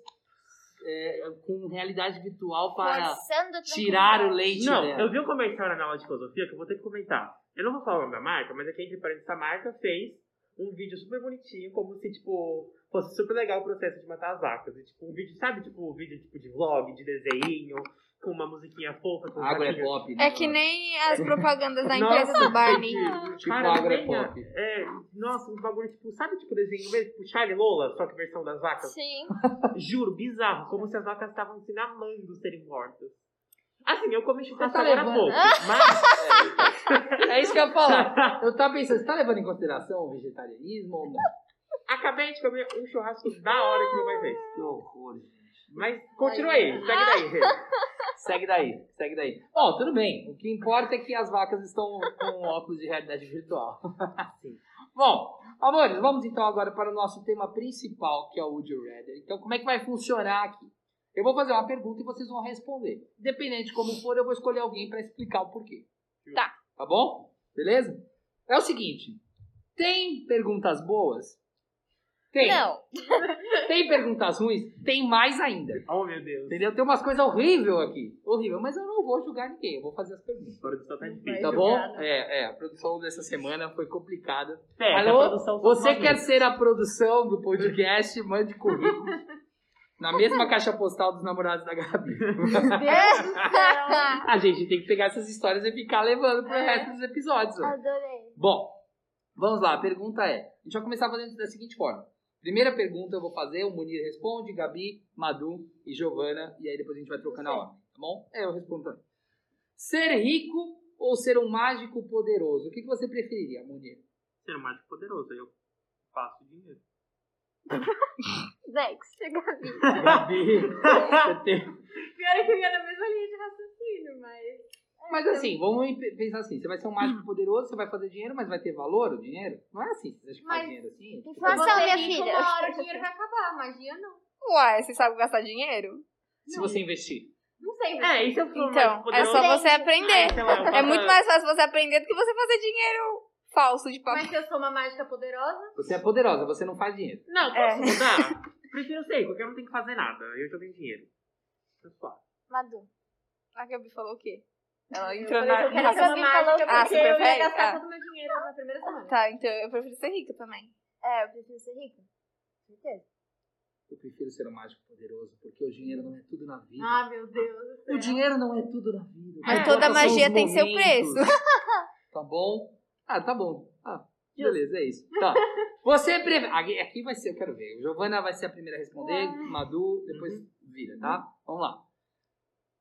[SPEAKER 1] é, com realidade virtual para
[SPEAKER 3] Forçando
[SPEAKER 1] tirar o
[SPEAKER 3] tranquilidade.
[SPEAKER 1] leite
[SPEAKER 2] Não,
[SPEAKER 1] dela.
[SPEAKER 2] eu vi um comercial na aula de filosofia que eu vou ter que comentar. Eu não vou falar o nome da marca, mas aqui entre parênteses, essa marca fez um vídeo super bonitinho, como se, tipo, fosse super legal o processo de matar as vacas. E, tipo, um vídeo, sabe, tipo, um vídeo tipo, de vlog, de desenhinho, com uma musiquinha fofa. Com um
[SPEAKER 1] Agro é
[SPEAKER 2] gatinhos.
[SPEAKER 1] pop. né?
[SPEAKER 4] É que nem as propagandas da empresa
[SPEAKER 2] Nossa,
[SPEAKER 4] do Barney.
[SPEAKER 2] gente,
[SPEAKER 1] Tipo
[SPEAKER 2] cara,
[SPEAKER 1] agro é
[SPEAKER 2] desenha-
[SPEAKER 1] pop.
[SPEAKER 2] É, nossa, um bagulho, tipo, sabe, tipo, desenho mesmo, tipo, Charlie Lola, só que versão das
[SPEAKER 4] [laughs]
[SPEAKER 2] vacas?
[SPEAKER 3] Sim.
[SPEAKER 2] Juro, bizarro, como se as vacas estavam se namando serem mortas. Assim, eu comi
[SPEAKER 1] Você
[SPEAKER 2] churrasco
[SPEAKER 1] tá
[SPEAKER 2] agora há
[SPEAKER 1] levando-
[SPEAKER 2] pouco, mas...
[SPEAKER 1] É, é isso que eu ia [laughs] falar. Eu tava pensando, você tá levando em consideração o vegetarianismo ou não?
[SPEAKER 2] Acabei de comer um churrasco da hora que meu pai fez.
[SPEAKER 1] Que horror.
[SPEAKER 2] Mas continua aí, segue daí.
[SPEAKER 4] né? [laughs]
[SPEAKER 2] Rê.
[SPEAKER 1] Segue daí, segue daí. Bom, tudo bem. O que importa é que as vacas estão com óculos de realidade virtual. [laughs] Bom, amores, vamos então agora para o nosso tema principal, que é o Would You Rather. Então, como é que vai funcionar aqui? Eu vou fazer uma pergunta e vocês vão responder. Dependente de como for, eu vou escolher alguém para explicar o porquê.
[SPEAKER 4] Tá.
[SPEAKER 1] Tá bom? Beleza? É o seguinte, tem perguntas boas? Tem.
[SPEAKER 3] Não.
[SPEAKER 1] Tem perguntas ruins? Tem mais ainda.
[SPEAKER 2] Oh, meu Deus.
[SPEAKER 1] Entendeu? Tem umas coisas horríveis aqui. Horrível, mas eu não vou julgar ninguém, eu vou fazer as perguntas.
[SPEAKER 2] Agora tá difícil.
[SPEAKER 1] Tá
[SPEAKER 5] Vai
[SPEAKER 1] bom?
[SPEAKER 5] julgar, né?
[SPEAKER 1] É, é, a produção dessa semana foi complicada.
[SPEAKER 2] Pera,
[SPEAKER 1] Alô?
[SPEAKER 2] a produção só
[SPEAKER 1] Você
[SPEAKER 2] fala
[SPEAKER 1] quer
[SPEAKER 2] isso.
[SPEAKER 1] ser a produção do podcast? Mande currículo. [laughs] Na mesma caixa postal dos namorados da Gabi.
[SPEAKER 5] [laughs]
[SPEAKER 1] A gente tem que pegar essas histórias e ficar levando pro resto dos episódios. né? ó.
[SPEAKER 3] Adorei.
[SPEAKER 1] Bom, vamos lá. A pergunta é: a gente vai começar fazendo da seguinte forma. Primeira pergunta eu vou fazer, o Munir responde, Gabi, Madu e Giovana, e aí depois a gente vai trocando a ordem, tá bom? É, eu respondo também. Ser rico ou ser um mágico poderoso? O que, que você preferiria, Munir?
[SPEAKER 2] Ser um mágico poderoso, eu faço
[SPEAKER 4] [laughs]
[SPEAKER 2] dinheiro.
[SPEAKER 3] Vex.
[SPEAKER 1] Gabi,
[SPEAKER 2] Ah,
[SPEAKER 1] você tem-
[SPEAKER 5] Pior é que eu ia na mesma linha de raciocínio, mas.
[SPEAKER 1] mas assim, vamos em- pensar assim: você vai ser um mágico poderoso, você vai fazer dinheiro, mas vai ter valor o dinheiro? Não é assim, você acha que faz
[SPEAKER 5] Mas-
[SPEAKER 1] dinheiro assim?
[SPEAKER 3] Inflação, minha
[SPEAKER 5] Você rico,
[SPEAKER 3] filha.
[SPEAKER 5] Uma hora o dinheiro vai acabar, magia não.
[SPEAKER 4] Uai, você sabe gastar dinheiro?
[SPEAKER 1] Se você investir.
[SPEAKER 5] Não sei, mas.
[SPEAKER 2] [laughs] É, isso eu for um
[SPEAKER 4] Então,
[SPEAKER 2] mágico
[SPEAKER 4] é
[SPEAKER 2] poderoso.
[SPEAKER 4] só você
[SPEAKER 3] Gente,
[SPEAKER 4] aprender.
[SPEAKER 2] sei lá, eu
[SPEAKER 4] É
[SPEAKER 2] faço-
[SPEAKER 4] muito mais fácil você aprender do que você fazer dinheiro falso de papel.
[SPEAKER 5] Mas se é eu sou uma mágica poderosa,
[SPEAKER 1] Você é poderosa, você não faz dinheiro.
[SPEAKER 2] Não,
[SPEAKER 4] É.
[SPEAKER 2] posso mudar? Prefiro ser, porque eu não tenho que fazer nada. Eu já tenho dinheiro. Tá suave.
[SPEAKER 3] Madu.
[SPEAKER 4] A Gabi falou o quê? Ela
[SPEAKER 5] eu
[SPEAKER 4] entrou
[SPEAKER 5] falei que
[SPEAKER 4] na.
[SPEAKER 5] eu quero ser
[SPEAKER 4] raça-
[SPEAKER 5] uma
[SPEAKER 3] Gabi
[SPEAKER 5] mágica
[SPEAKER 3] falou-
[SPEAKER 5] porque
[SPEAKER 4] Ah, você
[SPEAKER 5] eu ia
[SPEAKER 4] prefere?
[SPEAKER 5] gastar
[SPEAKER 4] Ah.
[SPEAKER 1] tá.
[SPEAKER 5] todo o meu dinheiro na primeira semana.
[SPEAKER 4] Tá, então eu prefiro ser rica também.
[SPEAKER 3] É, eu prefiro ser rica. Certeza.
[SPEAKER 1] Eu prefiro ser um mágico poderoso, porque o dinheiro não é tudo na vida.
[SPEAKER 5] Ah, meu Deus do céu.
[SPEAKER 1] O dinheiro não é tudo na vida.
[SPEAKER 4] Mas
[SPEAKER 1] O que
[SPEAKER 4] toda
[SPEAKER 1] importa são
[SPEAKER 4] magia
[SPEAKER 1] os
[SPEAKER 4] tem seu
[SPEAKER 1] momentos. Tá bom? Ah, tá bom. Ah, beleza, é isso. Tá. Você prefere. Aqui, aqui vai ser, eu quero ver. Giovana vai ser a primeira a responder, Madu, depois vira, tá? Vamos lá.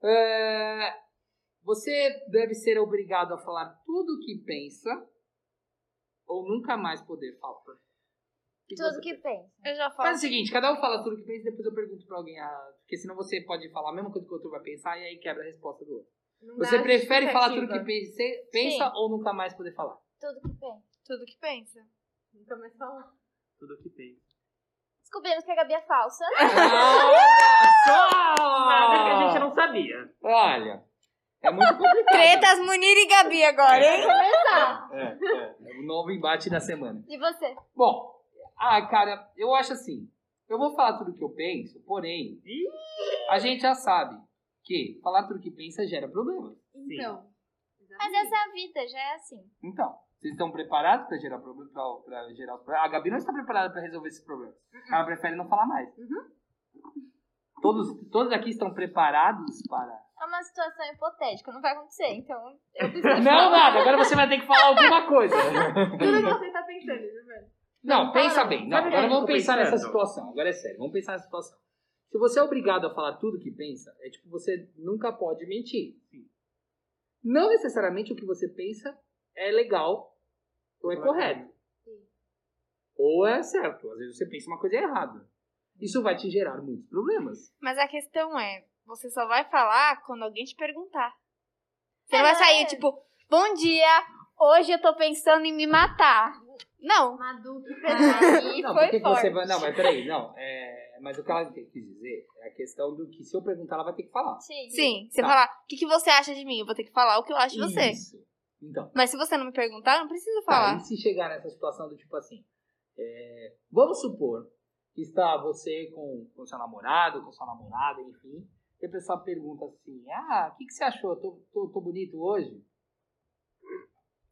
[SPEAKER 1] É, Você deve ser obrigado a falar tudo o que pensa ou nunca mais poder falar. O que que
[SPEAKER 3] Tudo
[SPEAKER 1] você
[SPEAKER 3] que pensa.
[SPEAKER 4] Eu já falo.
[SPEAKER 1] Faz o seguinte, cada um fala tudo que pensa e depois eu pergunto pra alguém. ah, porque senão você pode falar a mesma coisa que o outro vai pensar e aí quebra a resposta do outsa.
[SPEAKER 5] Não dá
[SPEAKER 1] Você prefere falar tudo
[SPEAKER 5] justificativa.
[SPEAKER 1] que pensa, pensa ou nunca mais poder falar?
[SPEAKER 3] Tudo que pensa.
[SPEAKER 4] Tudo que pensa.
[SPEAKER 5] Nunca mais falar.
[SPEAKER 2] Tudo que tem.
[SPEAKER 3] Descobrimos que a Gabi é
[SPEAKER 1] [laughs]
[SPEAKER 3] falsa.
[SPEAKER 1] Olha
[SPEAKER 2] Nada É que a gente
[SPEAKER 1] só!
[SPEAKER 2] não sabia.
[SPEAKER 1] Olha, é muito [laughs] complicado.
[SPEAKER 4] Tretas Munir e Gabi agora, hein?
[SPEAKER 1] É, é o novo embate da semana.
[SPEAKER 3] E você?
[SPEAKER 1] Bom, ah, cara, eu acho assim. Eu vou falar tudo que eu penso, porém,
[SPEAKER 2] Ih!
[SPEAKER 1] a gente já sabe que falar tudo que pensa gera problemas.
[SPEAKER 5] Então.
[SPEAKER 3] Mas essa é a vida, já é assim.
[SPEAKER 1] Então, vocês estão preparados para gerar problema, pra, pra gerar os problemas? A Gabi não está preparada para resolver esses problemas. Ela prefere não falar mais. Todos, todos aqui estão preparados para.
[SPEAKER 3] É uma situação hipotética, não vai acontecer. Então,
[SPEAKER 1] Não, nada, agora você vai ter que falar alguma coisa. [laughs]
[SPEAKER 5] Tudo que você tá pensando,
[SPEAKER 4] né,
[SPEAKER 5] Giovana.
[SPEAKER 1] Não, pensa bem. Não,
[SPEAKER 2] Sabe o que
[SPEAKER 1] agora
[SPEAKER 2] eu
[SPEAKER 1] vamos
[SPEAKER 2] fico
[SPEAKER 1] pensar nessa
[SPEAKER 2] pensando?
[SPEAKER 1] situação. Agora é sério, vamos pensar nessa situação. Se você é obrigado a falar tudo que pensa, é tipo, você nunca pode mentir. Não necessariamente o que você pensa é legal ou é correto. Ou é certo. Às vezes você pensa uma coisa errada. Isso vai te gerar muitos problemas.
[SPEAKER 4] Mas a questão é, você só vai falar quando alguém te perguntar. Você não
[SPEAKER 3] É.
[SPEAKER 4] vai sair, tipo, bom dia, hoje eu tô pensando em me matar. Não.
[SPEAKER 5] Madu, que
[SPEAKER 4] é Aí
[SPEAKER 1] não,
[SPEAKER 4] foi
[SPEAKER 1] que que
[SPEAKER 4] forte.
[SPEAKER 1] você vai. Não, mas peraí, não. é, Mas o que ela quis dizer é a questão do que se eu perguntar, ela vai ter que falar.
[SPEAKER 3] sim.
[SPEAKER 4] Sim, você
[SPEAKER 1] Tá.
[SPEAKER 4] falar, o que, que você acha de mim? Eu vou ter que falar o que eu acho de você.
[SPEAKER 1] Isso. Então,
[SPEAKER 4] Mas se você não me perguntar, eu não preciso
[SPEAKER 1] tá,
[SPEAKER 4] falar.
[SPEAKER 1] e se chegar nessa situação do tipo assim, é, vamos supor que está você com, com seu namorado, com sua namorada, enfim, e a pessoa pergunta assim, ah, o que, que você achou? Tô, tô, tô bonito hoje?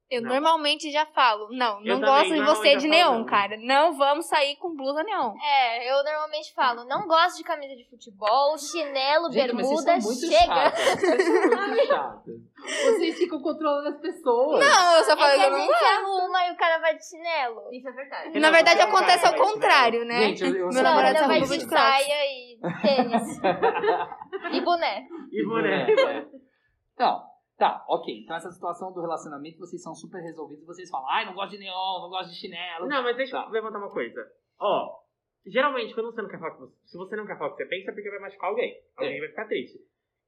[SPEAKER 4] Eu
[SPEAKER 2] Não.
[SPEAKER 4] normalmente já falo. Não,
[SPEAKER 2] Eu também,
[SPEAKER 4] não gosto de
[SPEAKER 2] normalmente
[SPEAKER 4] você
[SPEAKER 2] eu
[SPEAKER 4] de
[SPEAKER 2] falo
[SPEAKER 4] neon,
[SPEAKER 2] não.
[SPEAKER 4] cara. Não vamos sair com blusa neon.
[SPEAKER 3] É, eu normalmente falo, não gosto de camisa de futebol, chinelo,
[SPEAKER 1] Gente, mas vocês
[SPEAKER 3] bermuda,
[SPEAKER 1] são muito
[SPEAKER 3] chega.
[SPEAKER 1] chatas. Vocês são muito chatas. Vocês ficam controlando as pessoas.
[SPEAKER 4] Não, eu só
[SPEAKER 3] É
[SPEAKER 4] falei.
[SPEAKER 3] que a gente arruma e o cara vai de chinelo.
[SPEAKER 5] Isso é verdade.
[SPEAKER 4] Na verdade,
[SPEAKER 2] Não, não,
[SPEAKER 4] acontece
[SPEAKER 2] não,
[SPEAKER 4] ao
[SPEAKER 2] não, não.
[SPEAKER 4] contrário, né?
[SPEAKER 1] Gente, eu, eu
[SPEAKER 4] Meu
[SPEAKER 1] sou
[SPEAKER 4] namorado
[SPEAKER 1] muito
[SPEAKER 3] Florida vai
[SPEAKER 4] arruma
[SPEAKER 3] de
[SPEAKER 4] blusa
[SPEAKER 1] chato.
[SPEAKER 4] de crocs.
[SPEAKER 3] saia
[SPEAKER 1] [laughs]
[SPEAKER 3] e tênis. e boné.
[SPEAKER 2] E boné.
[SPEAKER 1] É. Então, tá, ok. Então essa situação do relacionamento, vocês são super resolvidos. Vocês falam, ai, não gosto de neon, não gosto de chinelo.
[SPEAKER 2] Não, mas deixa
[SPEAKER 1] Tá.
[SPEAKER 2] eu levantar uma coisa. Ó, geralmente quando você não quer falar que você, se você não quer falar o que você pensa, é porque vai machucar alguém. Alguém vai ficar triste.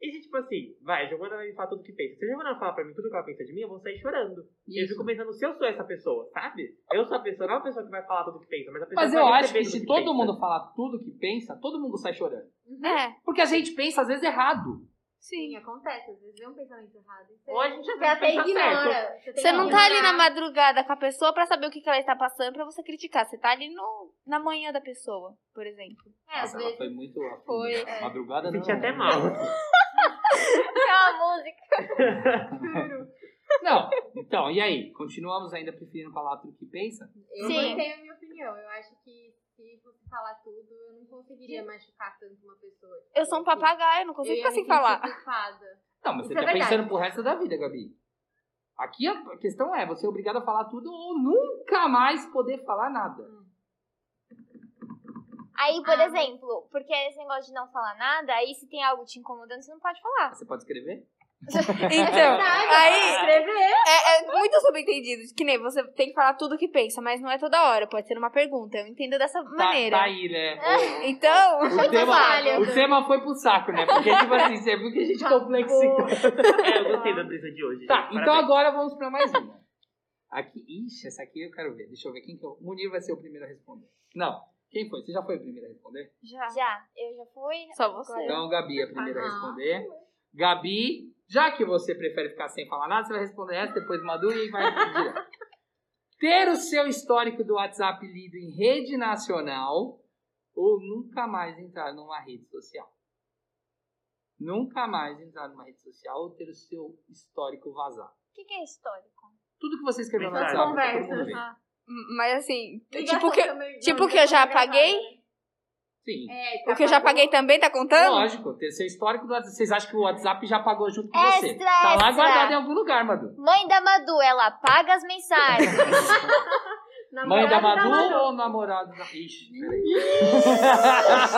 [SPEAKER 2] E se, tipo assim, vai, a Giovana vai me falar tudo que pensa. Se a Giovana falar pra mim tudo que ela pensa de mim, eu vou sair chorando. E eu
[SPEAKER 1] Isso.
[SPEAKER 2] fico pensando se eu sou essa pessoa, sabe? Eu sou a pessoa, não é a pessoa que vai falar tudo que pensa, mas a pessoa
[SPEAKER 1] Mas
[SPEAKER 2] vai
[SPEAKER 1] eu acho
[SPEAKER 2] receber
[SPEAKER 1] que
[SPEAKER 2] tudo
[SPEAKER 1] se todo
[SPEAKER 2] pensa.
[SPEAKER 1] mundo falar tudo que pensa, todo mundo sai chorando.
[SPEAKER 4] É,
[SPEAKER 1] Porque a gente pensa, às vezes, errado.
[SPEAKER 5] Sim,
[SPEAKER 4] sim.
[SPEAKER 5] acontece. Às vezes vem um pensamento errado. e Você,
[SPEAKER 2] Ou a
[SPEAKER 1] É
[SPEAKER 2] gente às
[SPEAKER 5] você
[SPEAKER 2] vezes
[SPEAKER 5] até
[SPEAKER 2] pensa
[SPEAKER 5] ignora.
[SPEAKER 2] certo.
[SPEAKER 5] Você, tem
[SPEAKER 4] Você
[SPEAKER 5] que
[SPEAKER 4] não tá ali na
[SPEAKER 5] ignorar.
[SPEAKER 4] madrugada com a pessoa pra saber o que que ela está passando pra você criticar. Você tá ali no, na manhã da pessoa, por exemplo.
[SPEAKER 5] É, às
[SPEAKER 1] Nossa, ela
[SPEAKER 5] vezes.
[SPEAKER 1] foi muito...
[SPEAKER 5] Foi, é.
[SPEAKER 1] Madrugada
[SPEAKER 2] Eu
[SPEAKER 1] não.
[SPEAKER 2] senti até mal.
[SPEAKER 3] É uma música.
[SPEAKER 1] Não, então, e aí? Continuamos ainda preferindo falar tudo que pensa?
[SPEAKER 5] Eu
[SPEAKER 3] Sim.
[SPEAKER 5] mantenho a minha opinião. Eu acho que se fosse falar tudo, eu não conseguiria machucar tanto uma pessoa. Tipo,
[SPEAKER 4] Eu sou um papagaio, não consigo
[SPEAKER 5] Eu ia
[SPEAKER 4] ficar
[SPEAKER 5] me
[SPEAKER 4] sem
[SPEAKER 5] sentir
[SPEAKER 4] falar.
[SPEAKER 5] culpada.
[SPEAKER 1] Não, mas
[SPEAKER 5] Isso
[SPEAKER 1] você
[SPEAKER 5] é
[SPEAKER 1] tá
[SPEAKER 5] verdade.
[SPEAKER 1] pensando pro resto da vida, Gabi. Aqui a questão é, você é obrigado a falar tudo ou nunca mais poder falar nada.
[SPEAKER 3] Aí, por
[SPEAKER 5] Ah, mas-
[SPEAKER 3] exemplo, porque esse negócio de não falar nada, aí se tem algo te incomodando, você não pode falar.
[SPEAKER 1] Ah, Você pode escrever? É
[SPEAKER 5] [laughs] É
[SPEAKER 4] Então, aí
[SPEAKER 5] Escrever.
[SPEAKER 4] é, é muito subentendido. Que nem você tem que falar tudo o que pensa, mas não é toda hora. Pode ser uma pergunta. Eu entendo dessa
[SPEAKER 1] Tá-
[SPEAKER 4] maneira.
[SPEAKER 1] Tá, aí, né?
[SPEAKER 5] É.
[SPEAKER 4] Então, [laughs]
[SPEAKER 1] O tema,
[SPEAKER 5] válido.
[SPEAKER 1] o tema foi pro saco, né? Porque, tipo assim, você viu que a
[SPEAKER 5] Tá
[SPEAKER 1] gente complexicou.
[SPEAKER 2] é, eu gostei da brisa de hoje.
[SPEAKER 1] Tá,
[SPEAKER 2] gente,
[SPEAKER 1] então
[SPEAKER 2] parabéns.
[SPEAKER 1] agora vamos pra mais uma. [laughs] Aqui, ixi, essa aqui eu quero ver. Deixa eu ver quem que eu... O Munir vai ser o primeiro a responder. Não, quem foi? Você já foi o primeiro a responder?
[SPEAKER 4] já.
[SPEAKER 3] Já, eu já fui.
[SPEAKER 4] Só você.
[SPEAKER 3] Agora-
[SPEAKER 1] Então, Gabi é a primeira a
[SPEAKER 5] Aham.
[SPEAKER 1] responder. Gabi, já que você prefere ficar sem falar nada, você vai responder essa, depois Madu e vai direto. Ter o seu histórico do WhatsApp lido em rede nacional ou nunca mais entrar numa rede social? Nunca mais entrar numa rede social ou ter o seu histórico vazar.
[SPEAKER 3] O que, que é histórico?
[SPEAKER 1] Tudo que você escreveu no
[SPEAKER 2] Mensagem.
[SPEAKER 1] WhatsApp, tá todo mundo
[SPEAKER 5] Conversas.
[SPEAKER 1] vê.
[SPEAKER 4] M- Mas assim, Ah. tipo
[SPEAKER 5] Ligação
[SPEAKER 4] que,
[SPEAKER 5] também,
[SPEAKER 4] tipo
[SPEAKER 5] não,
[SPEAKER 4] que eu já
[SPEAKER 5] não, não, não,
[SPEAKER 4] apaguei?
[SPEAKER 1] Sim.
[SPEAKER 5] É,
[SPEAKER 4] o que eu já
[SPEAKER 5] apagou.
[SPEAKER 4] paguei também tá contando?
[SPEAKER 1] Lógico, ter seu histórico do WhatsApp. Vocês acham que o WhatsApp já pagou junto com você?
[SPEAKER 3] Extra,
[SPEAKER 1] Tá lá
[SPEAKER 3] extra.
[SPEAKER 1] guardado em algum lugar, Madu.
[SPEAKER 3] Mãe da Madu, ela apaga
[SPEAKER 1] [laughs]
[SPEAKER 3] as mensagens.
[SPEAKER 1] Mãe da
[SPEAKER 5] Namorado tá
[SPEAKER 1] Madu ou namorado da. Ixi, peraí. [laughs]